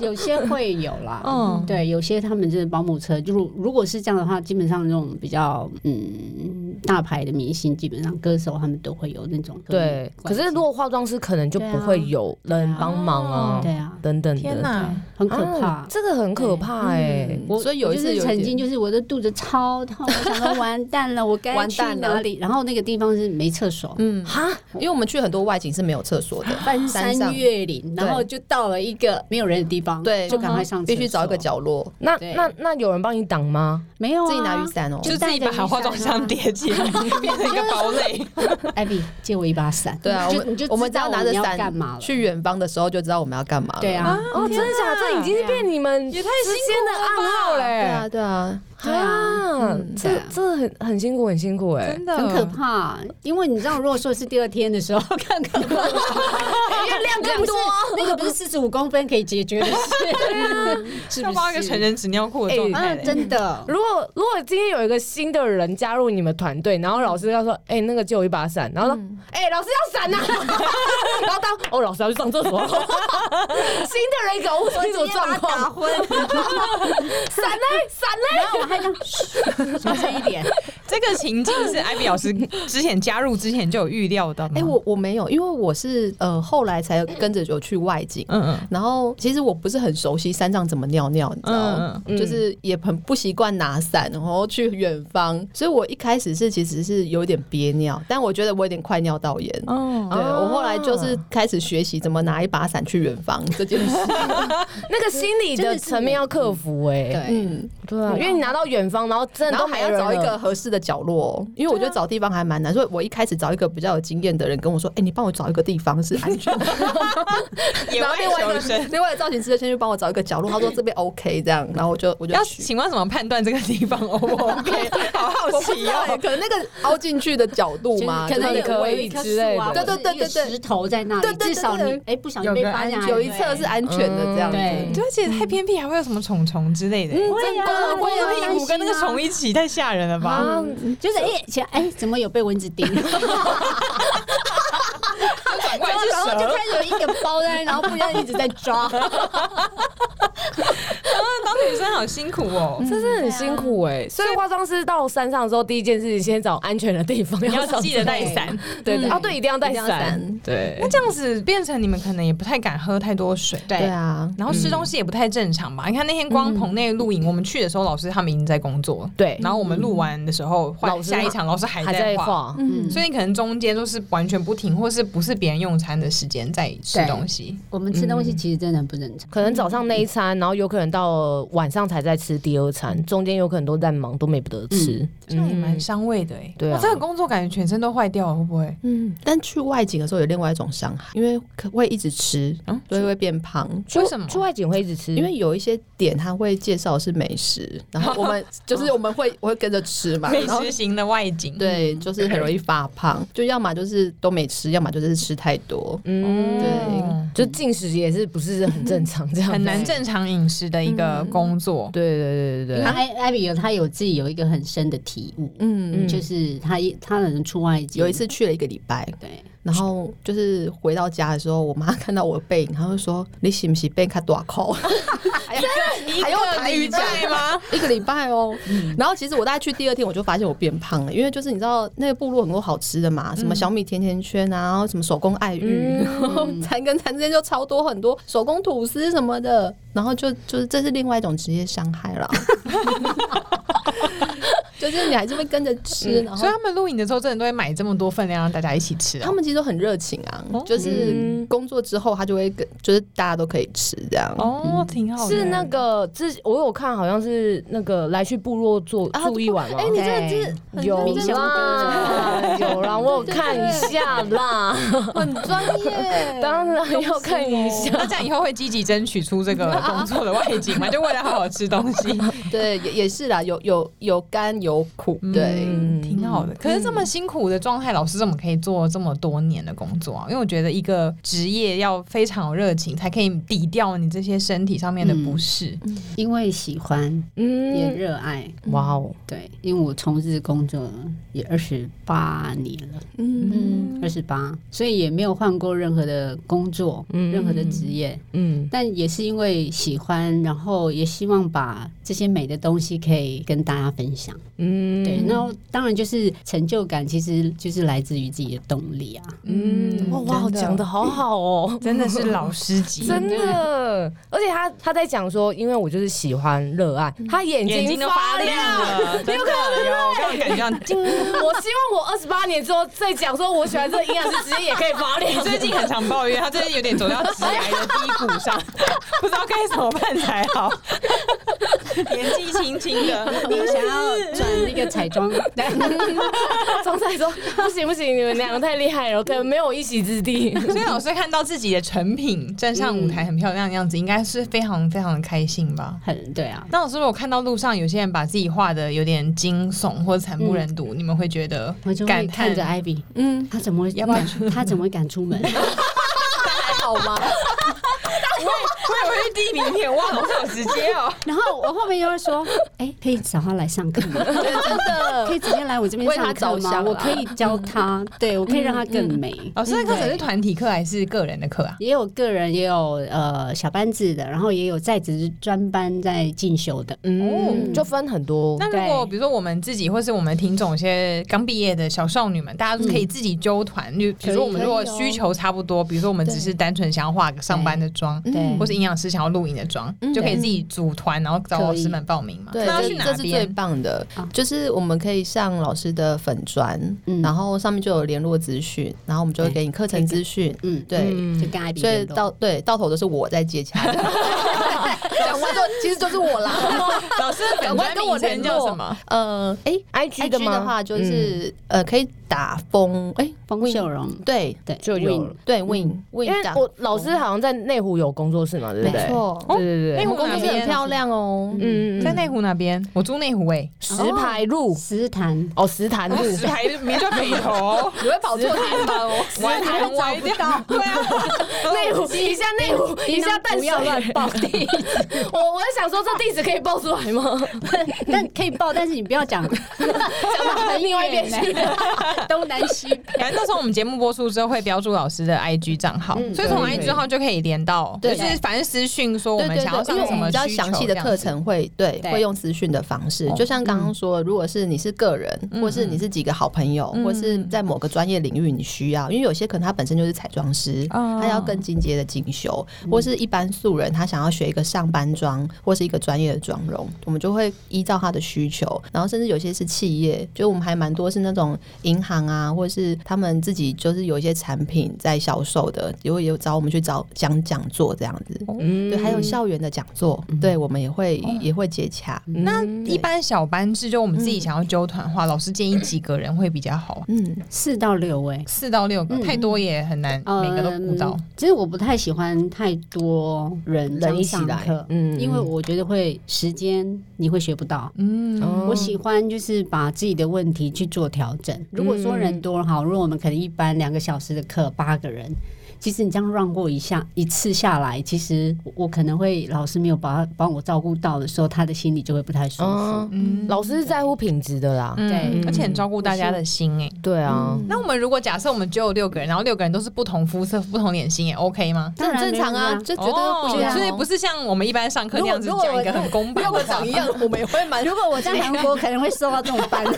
S3: 有有些会有 啦，
S1: 哦
S2: 嗯
S3: 对，有些他们就是保姆车，就如如果是这样的话，基本上那种比较嗯大牌的明星，基本上歌手他们都会有那种
S1: 对。可
S3: 关
S1: 是
S3: 系
S1: 如果化妆师，可能就不会有人帮忙啊，
S3: 对啊，
S1: 等等的。
S2: 天哪，
S3: 很可
S1: 啊
S3: 怕。
S1: 这个很可怕哎。
S4: 我所以嗯哦有一次
S3: 就是
S4: 有
S3: 曾
S4: 一
S3: 经
S4: 点
S3: 就是我的肚子超 痛，我想说完蛋了，我该
S4: 完
S3: 去
S4: 蛋了
S3: 哪里？然后那个地方是没厕所，
S4: 嗯，
S1: 哈，
S4: 因为我们去很多外景是没有厕所的，
S3: 翻
S4: 山
S3: 山
S4: 上
S3: 越岭，然后就到了一个没有人的地方，
S4: 对嗯
S3: 就赶快上厕所，
S4: 必须找一个角落，
S1: 那
S3: 对
S1: 那那有人帮你挡吗？
S3: 没有啊
S4: 自己拿雨，伞哦。
S2: 就是自己把化妆箱叠起来，变成一个堡垒。
S3: 艾比借我一把伞，
S4: 对啊，我
S3: 就你
S4: 们
S3: 就
S4: 我们
S3: 知
S4: 只
S3: 道
S4: 要拿着
S3: 我们要
S4: 伞
S3: 干嘛了
S4: 去远方的时候，就知道我们要干嘛了。
S3: 对啊，
S1: 哦，真的假的？这已经是变你们啊
S2: 也
S1: 之
S2: 太
S1: 间的暗号
S4: 对
S1: 嘞。
S4: 啊，对啊，
S3: 对啊，
S1: 啊，
S3: 对
S1: 这
S3: 啊
S1: 这很很辛苦，很辛苦哎。
S2: 真的
S3: 很可怕。因为你知道，如果说是第二天的时候，看 看月
S1: 哎
S3: 亮更多，那个不是四十五公分可以解决的 事，是
S2: 要
S3: 不
S2: 发一个成
S3: 是？
S2: 人纸尿裤的状态
S3: 啊，
S2: 嘞。
S3: 真 的，
S1: 如果如果今天有一个新的人加入你们团队，然后老师要说，哎、那个借我一把伞，然后说，哎、老师要伞呐、 然后当哦，老师要去上厕所， 新的人哦搞不清楚状 况，
S3: 昏。
S1: 伞嘞，伞嘞，
S3: 然后我还想嘘小声一 点，
S2: 这个情境是艾比老师 之前加入之前就有预料的吗？
S4: 哎、我我没有，因为我是呃后来才跟着有去外景。
S2: 嗯嗯，
S4: 然后其实我不是很熟悉山上怎么尿尿，你知道吗？
S1: 嗯嗯
S4: 就是 也很不习惯拿伞，然后去远方，所以我一开始是其实是有点憋尿，但我觉得我有点快尿道炎。
S2: 哦，
S4: 对
S1: 哦
S4: 我后来就是开始学习怎么拿一把伞去远方这件事。
S1: 那个心理的层面要克服哎、
S3: 对
S4: 嗯，
S1: 对啊，因为你拿到远方，然后真的
S4: 然
S1: 都
S4: 后
S1: 没
S4: 还
S1: 人
S4: 要
S1: 了
S4: 找一个，合适的角落、哦，因为我觉得找地方还蛮难，所以我一开始找一个比较有经验的人跟我说：“哎、你帮我找一个地方是安全的。”
S2: 野
S4: 然
S2: 外
S4: 后另外一
S2: 求
S4: 个
S2: 生。
S4: 另外一个造型师先去帮我找一个角落，他说这边 OK 这样，然后我就我就
S2: 要
S4: 去。
S2: 请问怎么判断这个地方 O 不 OK？好好
S4: 我不知
S2: 奇
S4: 道欸，
S2: 哦。
S4: 可能那个凹进去的角度嘛，
S3: 可能
S1: 就
S3: 有
S1: 是可以
S3: 有一棵
S1: 之类
S3: 树啊，
S1: 的
S3: 或者
S4: 对对
S3: 一个
S4: 对对
S3: 石头在那
S4: 对
S3: 里，
S4: 对对
S3: 至少
S4: 对
S3: 你哎不小心被发现，
S4: 有一侧是嗯安全的这样
S3: 对
S4: 子。
S2: 对，而且太偏僻，还会有什么虫虫之类的。哎
S3: 会啊
S2: 光光
S3: 会啊
S2: 屁股跟那个虫一起，太吓人了吧？
S1: 啊，
S3: 就是哎，前哎，怎么有被蚊子 叮？
S2: 转过来
S3: 嗯然后
S2: 是
S3: 就
S2: 蛇。
S3: 开始有一个包在那，然后不然一直在抓。
S2: 当女生好辛苦哦，
S1: 这是很辛苦哎、所以化妆师到山上之后，第一件事情先找安全的地方，
S2: 你要
S1: 找
S2: 记得带
S1: 伞。
S2: 伞。
S1: 对对
S4: 嗯
S1: 啊，对，一定要带
S4: 一定要
S1: 伞
S4: 伞。
S1: 对
S2: 那，这样子变成你们可能也不太敢喝太多水，
S4: 对。啊，
S2: 然后吃东西也不太正常吧？你看那天光棚内录影，我们去的时候，老师他们已经在工作了。
S1: 对
S2: 然后我们录完的时候，
S1: 老
S2: 换
S1: 师
S2: 下一场老师还
S1: 还
S2: 在
S1: 在
S2: 画，
S1: 画。
S4: 嗯，
S2: 所以你可能中间都是完全不停，或是不是别人用餐的时间在吃东西。
S3: 我们吃东
S4: 嗯
S3: 西其实真的不正常。
S1: 可能早上那一餐，然后有可能到晚上才在吃第二餐，中间有可能都在忙，都没得吃。嗯
S2: 这样也蛮伤胃的哎、
S1: 对啊
S2: 哇这个工作感觉全身都坏掉了，会不会？
S4: 嗯，但去外景的时候有另外一种伤害，因为可会一直吃，
S2: 嗯
S4: 所以会变胖。
S1: 去
S2: 为什么
S1: 去外景会一直吃？
S4: 因为有一些点他会介绍是美食，然后我 们就是我们会我会跟着吃嘛，
S2: 美
S4: 然后
S2: 食型的外景，，嗯
S4: 对，就是很容易发胖，就要么就是都没吃，要么就是吃太多。
S1: 嗯，
S2: 对，
S1: 就进食也是不是很正常这样子？
S2: 哦很难正常饮食的一个工作。
S1: 对对对对
S4: 啊
S1: 对，
S3: 艾艾比有他有自己有一个很深的体悟，
S4: 嗯，
S3: 就是他一他可能出外景
S4: 有一次去了一个礼拜，
S3: 对，
S4: 然后就是回到家的时候，我妈看到我的背影，她会说：“你是不是被卡短口？”
S2: 你
S4: 还用台语讲
S2: 吗？
S4: 一个礼拜哦。然后其实我大概去第二天，我就发现我变胖了，因为就是你知道那个部落很多好吃的嘛，什么小米甜甜圈啊，然后什么手工爱玉，然 后餐跟餐之间就超多很多手工吐司什么的，然后就就是这是另外一种职业伤害 了。就是你还是会跟着吃，然后
S2: 所以他们录影的时候，真的都会买这么多份量让大家一起吃、
S4: 他
S2: 啊。
S4: 们其实都很热情啊
S2: 哦，
S4: 就是
S1: 嗯
S4: 工作之后他就会跟，就是大家都可以吃这样。
S2: 哦，挺好的。
S1: 是那个之我有看，好像是那个来去部落做
S4: 啊
S1: 住一晚吗？
S4: 哎，你这个真的很
S1: 有
S4: 认真
S1: 啦，有啦，我有看一下啦，
S4: 很专业，
S1: 当然要看一下。
S2: 那这样以后会积极争取出这个工作的外景嘛？就为了好好吃东西，
S4: 对，也也是啦，有有有甘有苦，对，
S2: 嗯挺好的。可是这么辛苦的状态，老师怎么可以做这么多年的工作啊？因为我觉得一个职业要非常有热情，才可以抵掉你这些身体上面的不适。
S3: 因为喜欢也
S1: 嗯，
S3: 热爱，
S1: 哇哦，
S3: 对，因为我从事工作也二十八年了，嗯，二十八，所以也没有换过任何的工作，
S1: 嗯
S3: 任何的职业，
S1: 嗯，
S3: 但也是因为喜欢，然后也希望把这些美的东西可以跟大家分享。
S1: 嗯，
S3: 对，然后当然就是成就感，其实就是来自于自己的动力 啊。
S1: 嗯，哇哇，
S2: 真的
S1: 讲的好好哦。
S2: 真的是老师 级，
S1: 真的，而且他他在讲说，因为我就是喜欢热爱，他眼
S2: 眼睛
S1: 睛
S2: 都发亮
S1: 亮。
S2: 了，真的有，我刚刚感觉 到
S1: 我希望我二十八年之后再讲说，我喜欢这个营养师职业也可以 发亮。
S2: 最近很常抱怨，他最近有点走到直癌的低谷 上，不知道该怎么办才好。年纪轻轻的，
S3: 你想要转那个彩妆，
S1: 总裁说不行不行，你们两个太厉害了，可能没有一席之地。
S2: 所以老师看到自己的成品站上舞台很漂亮的样子，应该是非常非常的开心吧。
S3: 很对啊。
S2: 那老师，我看到路上有些人把自己画的有点惊悚或者惨不忍睹，你们会觉得
S3: 我就
S2: 感
S3: 会
S2: 叹
S3: 看着啊艾比，
S4: 嗯，
S3: 他怎么会
S2: 要不要
S3: 敢？他怎么会敢出门？
S4: 还好 吗？
S2: 我也会递名片，哇，好好直接哦。
S3: 然后我后面又会 说，哎、可以找他来上课吗？
S4: 对，真
S3: 可
S4: 的，
S3: 以直接来我这边
S4: 为
S3: 上
S4: 他
S3: 课
S4: 着想啊
S3: 吗？
S4: 嗯啦
S3: 我可以教他，对我可以让他更美。
S2: 老师的课程是团体课还是个人的课啊？
S3: 也有个人，也有呃小班制的，然后也有在职专班在进修的。
S4: 哦
S1: 嗯，就分很多。
S2: 那如果比如说我们自己，或是我们听众一些刚毕业的小少女们，大家可以自己揪团，
S4: 嗯
S2: 就、比如说我们如果
S4: 哦
S2: 需求差不多，比如说我们只是单纯想要化个上班的妆，
S3: 对
S2: 或是营养师想要录影的妆，
S4: 嗯
S2: 就可以自己组团，然后找老师们报名嘛。
S4: 对，
S2: 那要
S4: 这
S2: 去哪
S4: 这是最
S2: 边？
S4: 棒的
S3: 啊，
S4: 就是我们可以上老师的粉砖，
S3: 嗯
S4: 然后上面就有联络资讯，然后我们就会给你课程资讯，
S3: 嗯，
S4: 对。
S1: 嗯
S3: 就跟艾比
S4: 所以
S3: 联络
S4: 到对到头都是我在接洽的， 讲完就其实就是我啦。
S2: 老师的粉
S4: 赶
S2: 专
S4: 快跟我
S2: 名
S4: 联
S2: 称
S4: 络
S2: 叫什么？
S4: 呃，哎
S1: I G
S4: ，IG 的
S1: 吗？嗯
S4: 话就是呃，可以打风，哎、
S3: 风秀荣
S4: 对
S3: 对
S1: 就有
S3: Win
S1: 了
S4: 对，Win
S1: 嗯因
S4: Win
S1: 为
S4: 打
S1: 我老师好像在内湖有工作室嘛，对不
S4: 没
S1: 对？
S4: 错，
S1: 对对
S2: 内
S1: 对，
S2: 湖
S4: 我们公司
S2: 哪边
S4: 哦很漂亮哦，
S1: 嗯嗯，
S2: 在
S1: 嗯
S2: 内湖那边，我住内湖哎，
S1: 石牌路
S3: 石潭
S1: 哦，石潭路，
S2: 石牌名叫北 头，
S4: 你会跑错地方哦，
S2: 完全歪 掉，对啊，
S1: 内湖一下内湖一下淡
S3: 不
S1: 水
S3: 要，乱报地址，
S1: 我我在想说这地址可以报出来 吗？
S3: 但可以报，但是你不要讲讲到很
S1: 另外一边
S3: 远
S1: 去
S3: 呢，东南西 北。
S2: 反正到时候我们节目播出之后会标注老师的 IG 账号，
S3: 嗯
S2: 所以从
S1: 对
S2: IG 账号就可以连到，就
S4: 对
S2: 是反正私讯说我
S4: 对
S2: 们
S4: 对
S2: 想要
S4: 对，因
S2: 上
S4: 为
S2: 什
S4: 我
S2: 么
S4: 们比较
S2: 需求
S4: 详细的
S2: 这样子。哦
S4: 课程会对
S3: 对
S4: 会用资讯的方式，就像刚刚说，如果是你是个人，
S2: 嗯
S4: 或是你是几个好朋友，
S2: 嗯
S4: 或是在某个专业领域你需要，因为有些可能他本身就是彩妆师，
S2: 哦嗯
S4: 他要更进阶的进修，或是一般素人他想要学一个上班妆或是一个专业的妆容，我们就会依照他的需求，然后甚至有些是企业，就我们还蛮多是那种银行啊，或是他们自己就是有一些产品在销售的，也会有找我们去找讲讲座这样子。
S1: 嗯
S4: 对，还有校园的讲座，对我们也会、也会接洽。
S2: 那
S4: 嗯
S2: 一般小班制，就我们自己想要揪团的话，老师建议几个人会比较好？
S4: 嗯，
S3: 四到六哎、
S2: 四到六个，
S3: 嗯
S2: 太多也很难，每个都顾到
S3: 嗯。。其实我不太喜欢太多人
S1: 人一起来嗯
S3: 嗯，因为我觉得会时间你会学不到。
S2: 嗯，
S3: 我喜欢就是把自己的问题去做调
S4: 嗯
S3: 整。如果说人多好，如果我们可能一般两个小时的课八个人，其实你这样让过一下一次下来，其实我我可能会老师没有把他帮我照顾到的时候，他的心里就会不太舒服。
S1: 哦，
S2: 嗯
S1: 老师是在乎品质的啦，
S2: 嗯
S3: 对
S2: 而且很照顾大家的心
S4: 嗯
S2: 哎。
S1: 对啊，
S2: 那我们如果假设我们只有六个人，然后六个人都是不同肤色、不同脸型，也 OK 吗？
S4: 这
S3: 当然
S4: 很正常啊，
S3: 没问题
S4: 就觉得不一样、
S2: 所以不
S4: 是
S2: 哦是像我们一般上课那样子
S4: 如果
S2: 讲一个很公平的话。
S4: 样，我们也会蛮
S3: 如果我在韩国，可能会受到这种 班。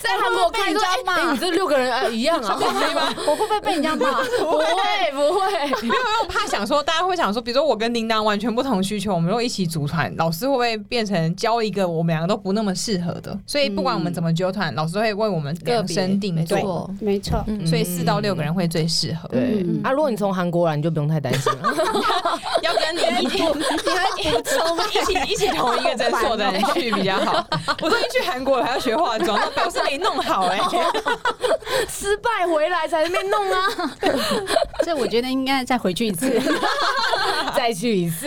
S1: 在韩国看说，哎、哎你这六个人啊一 样啊，
S3: 我会不会被人家骂？
S1: 不会不会，
S2: 没有，因为我怕想说，大家会想说，比如说我跟叮当完全不同需求，我们如果一起组团，老师会不会变成教一个我们两个都不那么适合的？所以不管我们怎么纠团，老师都会为我们量身定
S4: 没
S2: 做。
S4: 错。
S3: 没错，
S2: 嗯所以四到六个人会最适合。
S1: 对啊，如果你从韩国来，你就不用太担心了。
S2: 要跟你 一起，你还一起一起同一个诊所的人去比较好。我都已经去韩国了，还要学化妆，那表示没弄好 哎、
S1: 失败回来才被弄 啊，
S3: 这我觉得应该再回去一 次。
S1: 再去一次。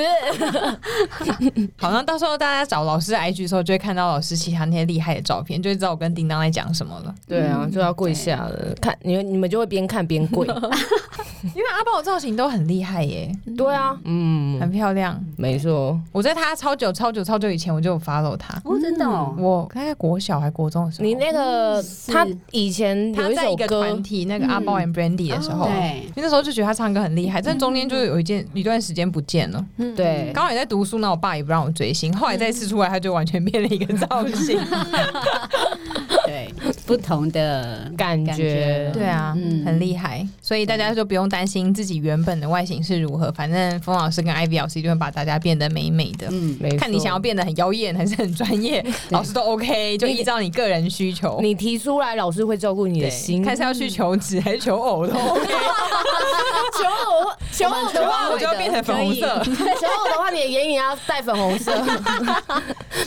S2: 好，那到时候大家找老师的 IG 的时候，就会看到老师其他那些厉害的照片，就会知道我跟叮当在讲什么了。
S1: 对啊，就要跪下了，看你们你们就会边看边 跪。
S2: 因为阿豹的造型都很厉害耶、
S1: 对啊，嗯，
S2: 很漂亮。
S1: 没错，
S2: 我在他超久、超久、超久以前我就有 follow 他，
S3: 哦，真的哦，
S2: 我大概国小还国中的时候，
S1: 你那个
S3: 是
S1: 他以前有
S2: 哦他
S1: 一
S2: 在
S1: 首
S2: 一个
S1: 歌哦
S2: 团，体那个阿豹 and Brandy 的时
S4: 嗯
S2: 候。嗯
S3: 对，
S2: 嗯因为那时候就觉得他唱歌很厉害，但中间就有一件一段时间不见了。
S1: 对，
S2: 刚好也在读书，那我爸也不让我追星。后来再次出来，他就完全变了一个造 型。
S3: 对，不同 的
S1: 感觉
S2: 对啊，
S3: 嗯
S2: 很厉害。所以大家就不用担心自己原本的外形是如何，反正冯老师跟艾比老师一定会把大家变得美美的。
S3: 嗯，
S1: 没错
S2: 看你想要。变得很妖艳还是很专 业，老师都 OK，就依照你个人需求。
S1: 你提出来，老师会照顾你的
S2: 对
S1: 心。
S2: 看是要去求职还是求 偶都 OK。
S1: 求 偶，求偶
S2: 的
S1: 的
S2: 话
S1: 话，
S2: 我就要变成粉红色
S1: 可以求偶的话，你的眼影要带粉 红色，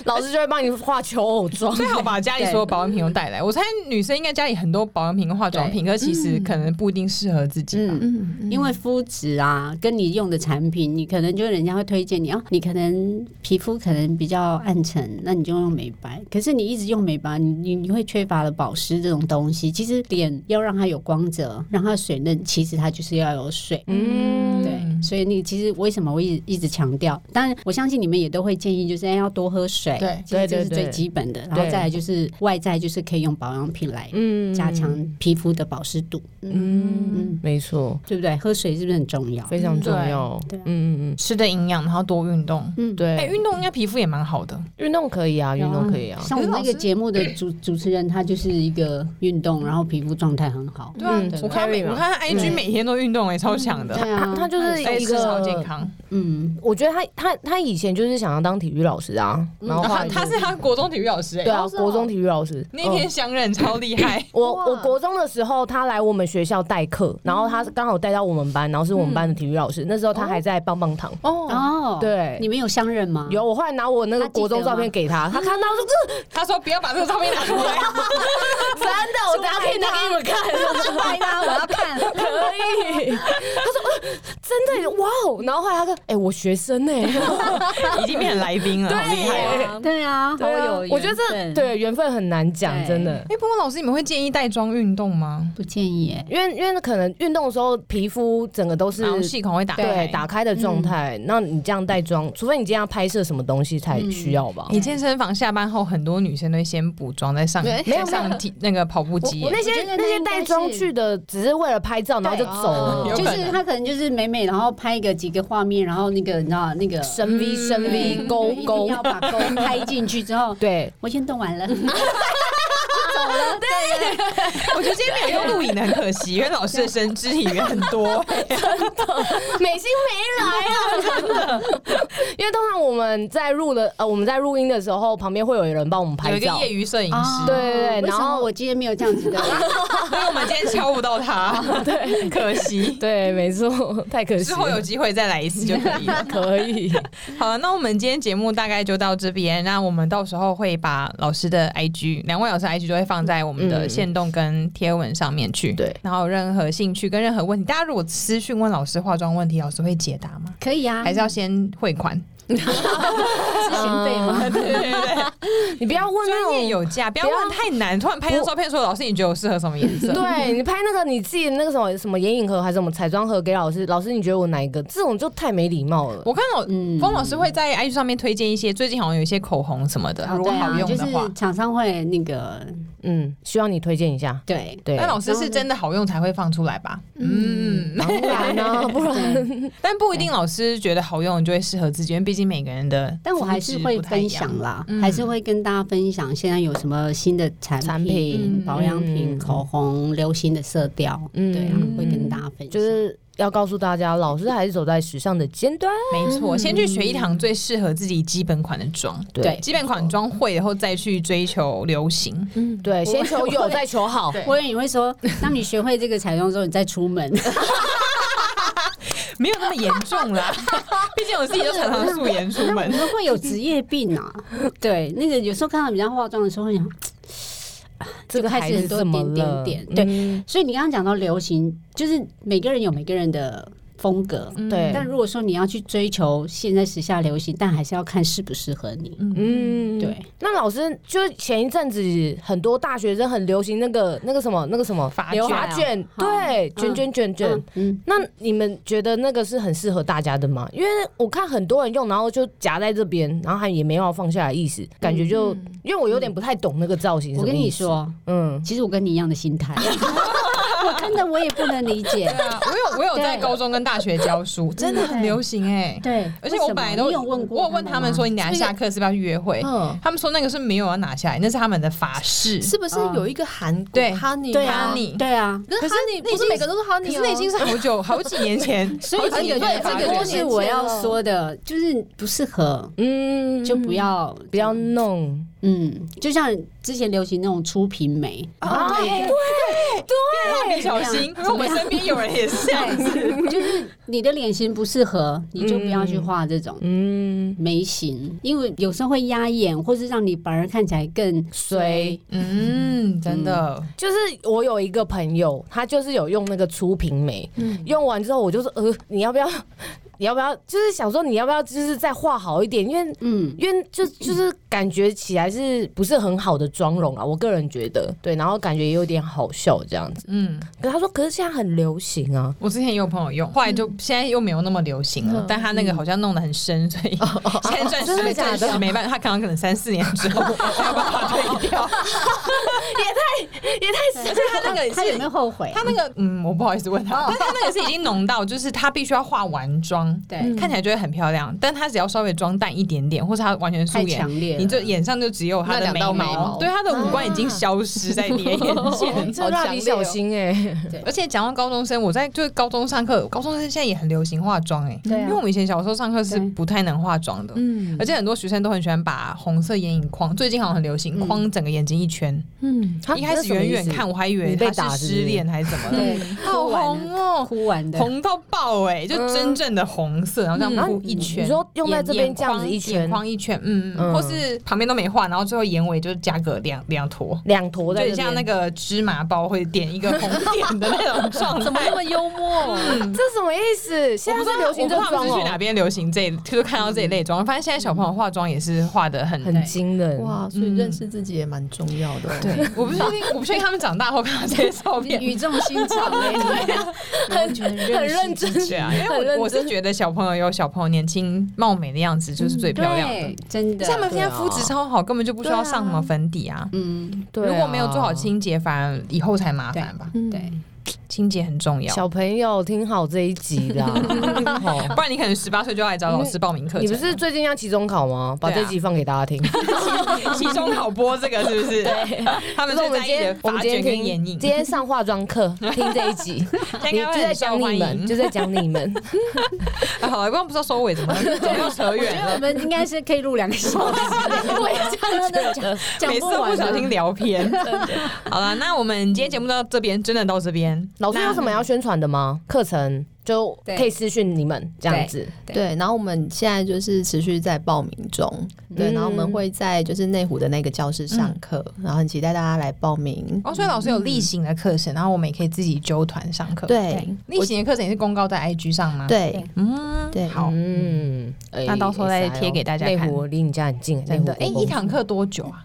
S1: 老师就会帮你画求偶妆。
S2: 最好把家里所有保养品都带来。我猜女生应该家里很多保养品跟化妆品，可是其实可能不一定适合自己吧。
S3: 嗯。
S4: 嗯，
S3: 因为肤质啊，跟你用的产品，你可能就人家会推荐你哦，你可能皮肤可能比较暗沉，那你就用美白。可是你一直用美白，你你你会缺乏了保湿这种东西。其实脸要让它有光泽，让它水嫩，其实它就是要有水。
S1: 嗯，
S3: 对，所以你其实为什么我一直一直强调？当然，我相信你们也都会建议，就是哎要多喝水，
S2: 对
S3: 其实
S1: 对
S3: 这
S1: 对
S3: 是
S1: 对
S3: 最基本的。然后
S1: 对
S3: 再来就是外在，就是可以用保养品来
S1: 嗯
S3: 加强皮肤的保湿度，
S1: 嗯，没错，
S3: 对不对？喝水是不是很重要？
S1: 非常重要。
S3: 对对啊
S1: 嗯嗯
S2: 吃的营养，然后多运动。
S3: 嗯
S1: 嗯，。对
S2: 哎，，运动应该皮肤也蛮好的。
S1: 运动可以啊，运
S3: 有啊
S1: 动可以啊。
S3: 像我们那个节目的主 主持人，他就是一个运动，然后皮肤状态很好。
S2: 对啊
S1: 嗯，
S2: 我看他每
S1: Carry 嘛
S2: 我看他 IG
S3: 嗯
S2: 每天都运动，哎，超强的。
S3: 对啊，
S1: 他就是
S2: 哎
S1: 一
S2: 吃超
S1: 个
S2: 健康，
S3: 嗯，
S1: 我觉得他他他以前就是想要当体育老师啊，然后后
S2: 嗯哦他
S1: 来就
S2: 他是他国中体育老师哎、
S1: 对啊，
S4: 哦是哦
S1: 国中体育老师
S2: 那天相认超厉害，
S1: 我
S4: 哇
S1: 我国中的时候，他来我们学校代课，然后他刚好带到我们班，然后是我们班的体育老师。那时候他还在棒棒糖，
S4: 哦，
S3: 哦，
S1: 对
S3: 你们有相认吗？
S1: 有我后来拿我那个国中照片给他，他看到说这
S2: 他说不要把这个照片拿出来，
S1: 真的，我等下可以拿给你们看，
S3: 拜啦，啊我 要看。
S1: 可以。他说呃真的哇哦，然后后来他说哎，我学生哎，
S2: 已经变成来宾了，好厉害哦。
S3: 对啊，好有缘分，
S1: 我觉得这对缘分很难讲，
S3: 对
S1: 真的。
S2: 哎、不过老师，你们会建议带妆运动吗？
S3: 不建议耶。
S1: 因为因为可能运动的时候皮肤整个都是
S2: 然后细孔会打
S1: 对
S2: 开
S1: 打。开的状态，那你这样带妆，除非你今天要拍摄什么东西才需要吧？
S2: 你健身房下班后，很多女生都会先补妆，再上
S4: 对
S2: 再上体那个跑步机
S1: 我
S2: 耶。
S1: 那些
S3: 我觉得那
S1: 那些
S3: 应该
S1: 带妆
S3: 是
S1: 去的，只是为了拍照，然后就走
S2: 哦
S1: 了
S2: 有。
S3: 就
S2: 可能
S3: 是他可能就是美美，然后拍一个几个画面，然后那个你知道那个
S1: 深 V 深
S2: 嗯
S1: V 勾
S3: 对一
S1: 勾
S3: 定，要把勾拍进去之后，
S1: 对，
S3: 我先动完了。
S2: 我觉得今天没有用录影的很可惜，因为老师的身肢体语很多。
S1: 美心没来啊， 因为通常我们在录的呃，我们在录音的时候，旁边会有人帮我们
S2: 有
S1: 拍
S2: 一个
S1: 照。
S2: 业余摄影
S3: 啊
S2: 师，
S1: 对对对
S3: 为
S1: 然
S3: 什么
S1: 后
S3: 我今天没有这样 子的，
S2: 所以我们今天敲不到他，对， 可惜。
S1: 对，没错，太可惜
S2: 之 后有
S1: 了。
S2: 机会再来一次就可以了。
S1: 可以，
S2: 好了，那我们今天节目大概就到这边。那我们到时候会把老师的 IG，两位老师的 IG 都会放在我们的
S1: 嗯
S2: 线动跟贴文上面去。
S1: 对
S2: 然后有任何兴趣跟任何问题，大家如果私讯问老师化妆问题，老师会解答吗？
S3: 可以啊，
S2: 还是要先汇款？
S1: 啊
S3: 咨询费吗？
S2: 对对对，
S1: 你不要问
S2: 专业
S1: 那种，
S2: 有价，不要问太难。突然拍张照片说，老师你觉得我适合什么颜色？
S1: 对你拍那个你自己那个什么什么眼影盒还是什么彩妆盒给老师，老师你觉得我哪一个？这种就太没礼貌了。
S2: 我看我
S3: 嗯
S2: 风老师会在 IG 上面推荐一些，最近好像有一些口红什么的，
S3: 哦
S2: 如果
S3: 对
S2: 好
S3: 啊，
S2: 用
S3: 就
S2: 的话
S3: 是。厂商会那个
S1: 嗯，希望你推荐一下。
S3: 对，
S1: 对，
S2: 但老师是真的好用才会放出来吧？嗯，
S1: 不然呢？不然
S3: 对
S2: 但不一定老师觉得好用就会适合自己，因为毕竟每个人的
S3: 但我还是会分享啦，
S1: 嗯
S3: 还是会跟大家分享现在有什么新的产品、
S1: 产品
S3: 保养品、
S1: 嗯
S3: 口红、流行的色调，
S1: 嗯
S3: 对啊，会跟大家分享。
S1: 就是要告诉大家，老师还是走在时尚的尖端。
S2: 没
S3: 嗯
S2: 错，先去学一堂最适合自己基本款的妆，
S1: 对
S2: 基本款妆会，然后再去追求流行。
S3: 嗯
S1: 对，先求有，再求好。
S2: 对
S3: 我以为你会 说，当你学会这个彩妆之后，你再出门，
S2: 没有那么严重 啦，毕竟我自己就常常素颜出门
S3: 你。们会有职业 病啊。对，那个有时候看到人家化妆的时候，会想，
S1: 这个孩子怎么了？嗯
S3: 就开始很多点点
S1: 对
S3: 所以你刚刚讲到流行，就是每个人有每个人的风格。但
S1: 对，
S3: 如果说你要去追求现在时下流行，但还是要看适不适合你。
S1: 嗯
S3: 对。
S1: 那老师就前一阵子很多大学生很流行那个那个什么那个什么
S2: 发
S1: 刘
S2: 卷
S1: 华
S2: 啊
S1: 卷，对，卷卷卷卷。
S3: 嗯，
S1: 那你们觉得那个是很适合大家的吗？因为我看很多人用，然后就夹在这边，然后还也没有要放下来的意思，感觉就因为我有点不太懂那个造型。
S3: 我跟你，说，
S1: 嗯，
S3: 其实我跟你一样的心 态，我真的我也不能理解。
S2: 对啊，我有我有在高中跟大学教书，真的很流行哎、
S3: 嗯对，
S2: 而且我
S3: 为什么
S2: 本来都
S3: 你有问过，
S2: 我有问他们说，，你等下下课是不是要去约会？
S1: 嗯
S2: 他们说那个是没有要拿下来，那是他们的法式。
S4: 是不是有一个韩国
S2: 对
S4: Honey？
S3: 对啊，
S4: 吗
S2: Honey
S3: 对啊，
S4: 可是
S2: 可是那
S4: Honey
S2: 已
S4: 不
S2: 经
S4: 是每个都是 Honey，
S2: 可是那已经
S4: 哦
S2: 是好久好几年前，
S3: 所以
S2: 好几
S3: 这
S2: 年
S3: 个
S2: 前
S4: 对
S2: 的
S4: 这
S2: 法
S4: 个
S2: 卷
S3: 这
S4: 就多
S3: 个
S4: 是
S3: 是我要说的，就是不适合，
S1: 嗯，
S3: 就不要
S1: 不要弄
S3: 嗯，就像之前流行那种粗平眉，
S1: 啊！对
S2: 蜡笔小新，因为我们身边有人也是这样子。
S3: 就是你的脸型不适合，你就不要去画这种
S1: 嗯，
S3: 眉形，因为有时候会压眼，或是让你反而看起来更
S1: 衰。
S2: 嗯，真的，
S1: 就是我有一个朋友，他就是有用那个粗平眉，用完之后我就说，呃，你要不 要？你要不要？就是想说你要不要？就是再画好一点，因为
S3: 嗯，
S1: 因为就就是感觉起来是不是很好的妆容啊？我个人觉得，对，然后感觉也有点好笑这样子。
S2: 嗯，
S1: 可他说，可是现在很流行啊，
S2: 我之前也有朋友用，后来就现在又没有那么流行了，但他那个好像弄得很深，所以现在暂
S1: 真的
S2: 时
S1: 假的
S2: 暂时没办法，他可能可能三四年之后还要把它退掉，也太深，而且 他那个也
S3: 他有没
S2: 是。
S3: 有后悔啊
S2: 他？那个，嗯，我不好意思问他，但他那个是已经浓到，就是他必须要化完妆，
S3: 对
S2: 嗯看起来就会很漂亮。但他只要稍微妆淡一点点，或是他完全素
S3: 太
S2: 颜，
S3: 强烈了，
S2: 你就眼上就只有他
S4: 那
S2: 的
S4: 两道眉
S2: 毛，
S4: 毛
S2: 对他的五官已经消失在你的眼前。
S1: 这蜡笔小新哎、
S2: 而且讲到高中生，我在就是高中上课，高中生现在也很流行化妆哎、
S3: 对
S2: 因
S3: 啊
S2: 为我们以前小时候上课是
S3: 对
S2: 不太能化妆的，
S4: 嗯
S2: 而且很多学生都很喜欢把红色眼影框，最近好像很流行框整个眼睛一圈。
S4: 嗯，
S1: 嗯啊
S2: 一开始远远，看我还以为
S1: 你被
S2: 他
S1: 打
S2: 是
S1: 是
S2: 失
S1: 不是
S2: 恋还是怎么的，
S3: 对，
S2: 嗯好
S3: 哭完
S2: 红
S3: 了
S2: 哦，
S3: 哭完的，
S2: 红到爆哎、就真正的红色，然后这样
S1: 嗯
S2: 铺一圈。
S1: 你说用在这边
S2: 眼
S1: 这样子一圈
S2: 眼眶一圈，嗯嗯，
S1: 嗯
S2: 或是旁边都没画，然后最后眼尾就是加个两两坨。
S1: 两坨
S2: 就
S1: 在
S2: 很
S1: 这
S2: 像那
S1: 边。
S2: 个芝麻包会点一个红点的那 种状态，
S4: 怎么那么幽 默？
S1: 这什么意思？现
S2: 我不
S1: 在
S2: 知道
S1: 是流行这
S2: 我不知道
S1: 妆
S2: 是去哪
S1: 哦，
S2: 边流行这，就是看到这一类妆。发现现在小朋友化妆也是化的很
S1: 很惊人
S4: 哇，所以认识自己也蛮重要的。
S2: 对，我不确定，我不确定他们长大后看到这些照片
S3: 语重心长哎，
S1: 很很认真，
S2: 对啊，因
S1: 很
S2: 为
S1: 认
S2: 我我是
S1: 真嗯
S2: 觉得小朋友有小朋友年轻貌美的样子就是最漂亮的
S3: 对。，真
S2: 可
S3: 的
S2: 是，他们现在
S1: 对啊
S2: 肤质超好，根本就不需要上什么粉底啊。
S3: 嗯，
S1: 对啊
S2: 如果没有做好清洁，反而以后才麻烦吧。
S4: 嗯
S3: 对，
S2: 清洁很重要，
S1: 小朋友听好这一集啦。 好
S2: 不然你可能十八岁就要来找老师报名课程。啊
S1: 你不是最近要期中考吗？把
S2: 对啊
S1: 这集放给大家听。
S2: 期中考播这个 是不是？对，他们
S1: 就是我们
S2: 最在
S1: 今
S2: 意的
S1: 天我们
S2: 发
S1: 今
S2: 卷
S1: 天
S2: 跟
S1: 听
S2: 眼影，
S1: 今天上化妆课听这一集，
S2: 他
S1: 你
S2: 应
S1: 就
S2: 该会
S1: 在
S2: 很受
S1: 讲
S2: 欢
S1: 你们，
S2: 迎。
S1: 就在讲你们。
S2: 啊好了，不然不知道收尾怎么 怎么又扯
S3: 我
S2: 远
S3: 觉得我
S2: 了，
S3: 们应该是可以录两个小时， 我也这样觉得，讲
S2: 每次
S3: 不
S2: 都不
S3: 完啊
S2: 小心
S3: 的。
S2: 聊偏。好了，那我们今天节目到这边，真的到这边。
S1: 老师有什么要宣传的吗？课程就
S3: 对
S1: 可以私讯你们这样子。
S4: 对，然后我们现在就是持续在报名中，对，
S1: 嗯
S4: 然后我们会在就是内湖的那个教室上课，然后很期待大家来报名。
S2: 哦，所以老师有例行的课程，然后我们也可以自己揪团上课。，
S4: 对
S2: 例行的课程也是公告在 IG 上吗？，
S4: 对
S2: 嗯，
S4: 对
S2: 好。
S1: 嗯，
S2: 那到时候再贴给大家
S1: 内
S2: 看
S1: 湖离你家很近，
S2: 真的，哎、
S1: 内湖
S2: 一堂课多久啊？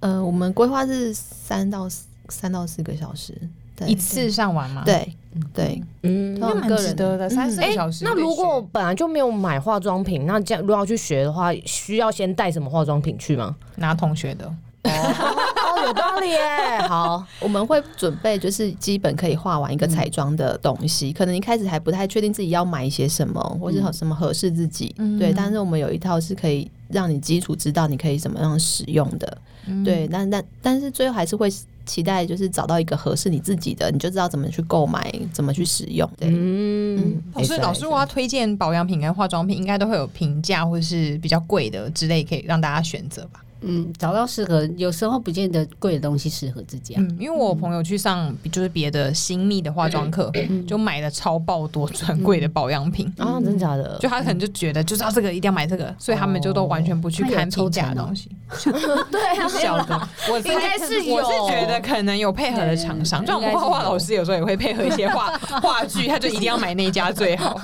S4: 呃，我们规划是三到四三到四个小时，对
S2: 一次啊上完吗？，
S4: 对对，
S1: 嗯。
S4: 通
S2: 那
S4: 常
S2: 蛮
S4: 个
S2: 值
S4: 人
S2: 得的，三四个
S1: 哎
S2: 小时可以
S1: 那
S2: 学。
S1: 如果我本来就没有买化妆品，那这样如果要去学的话，需要先带什么化妆品去 吗？
S2: 拿同学的，
S1: 哦，有道理耶。 好，
S4: 我们会准备就是基本可以画完一个彩妆的东西，可能一开始还不太确定自己要买一些什么，或是什么合适自己，
S2: 嗯
S4: 对。但是我们有一套是可以让你基础知道你可以怎么样使用的，对。但但但是最后还是会期待就是找到一个合适你自己的，你就知道怎么去购买，怎么去使用，对。
S1: 嗯，
S2: 老师，哦老师，我要推荐保养品跟化妆品，应该都会有平价或是比较贵的之类，可以让大家选择吧。
S3: 嗯，找到适合，有时候不见得贵的东西适合自己啊。
S2: 嗯，因为我朋友去上就是别的新密的化妆课，就买了超爆多专柜的保养品，
S1: 啊，真假的？
S2: 就他可能就觉得就知道这个一定要买这个，所以他们就都完全不去
S3: 他有
S2: 看平
S3: 抽
S2: 价
S3: 成
S2: 的
S3: 哦
S2: 东西。
S1: 对啊，
S2: 不晓得，我猜
S1: 应该是有
S2: 我是觉得可能有配合的厂商，
S3: 对
S2: 就像我们
S3: 应该
S2: 画
S3: 是
S2: 画
S3: 有
S2: 老师有时候也会配合一些话话剧，他就一定要买那一家最好，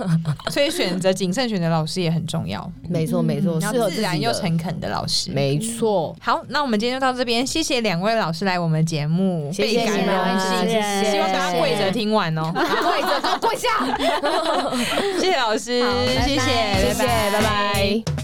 S2: 所以选择谨慎选择老师也很重嗯要，
S1: 没错没错，适
S2: 然
S1: 合
S2: 后
S1: 自
S2: 自
S1: 己
S2: 然又
S1: 的
S2: 诚恳的老师。
S1: 没错，
S2: 好，那我们今天就到这边，谢谢两位老师来我们节目，
S1: 谢谢
S2: 倍感
S1: 你们
S2: 荣幸，
S1: 谢谢
S2: 希望大家跪着听完 哦，
S1: 跪着就跪下。
S2: 谢谢老师，
S3: 好拜拜
S2: 谢谢，
S3: 谢谢
S2: 拜
S1: 拜
S2: 拜
S1: 拜。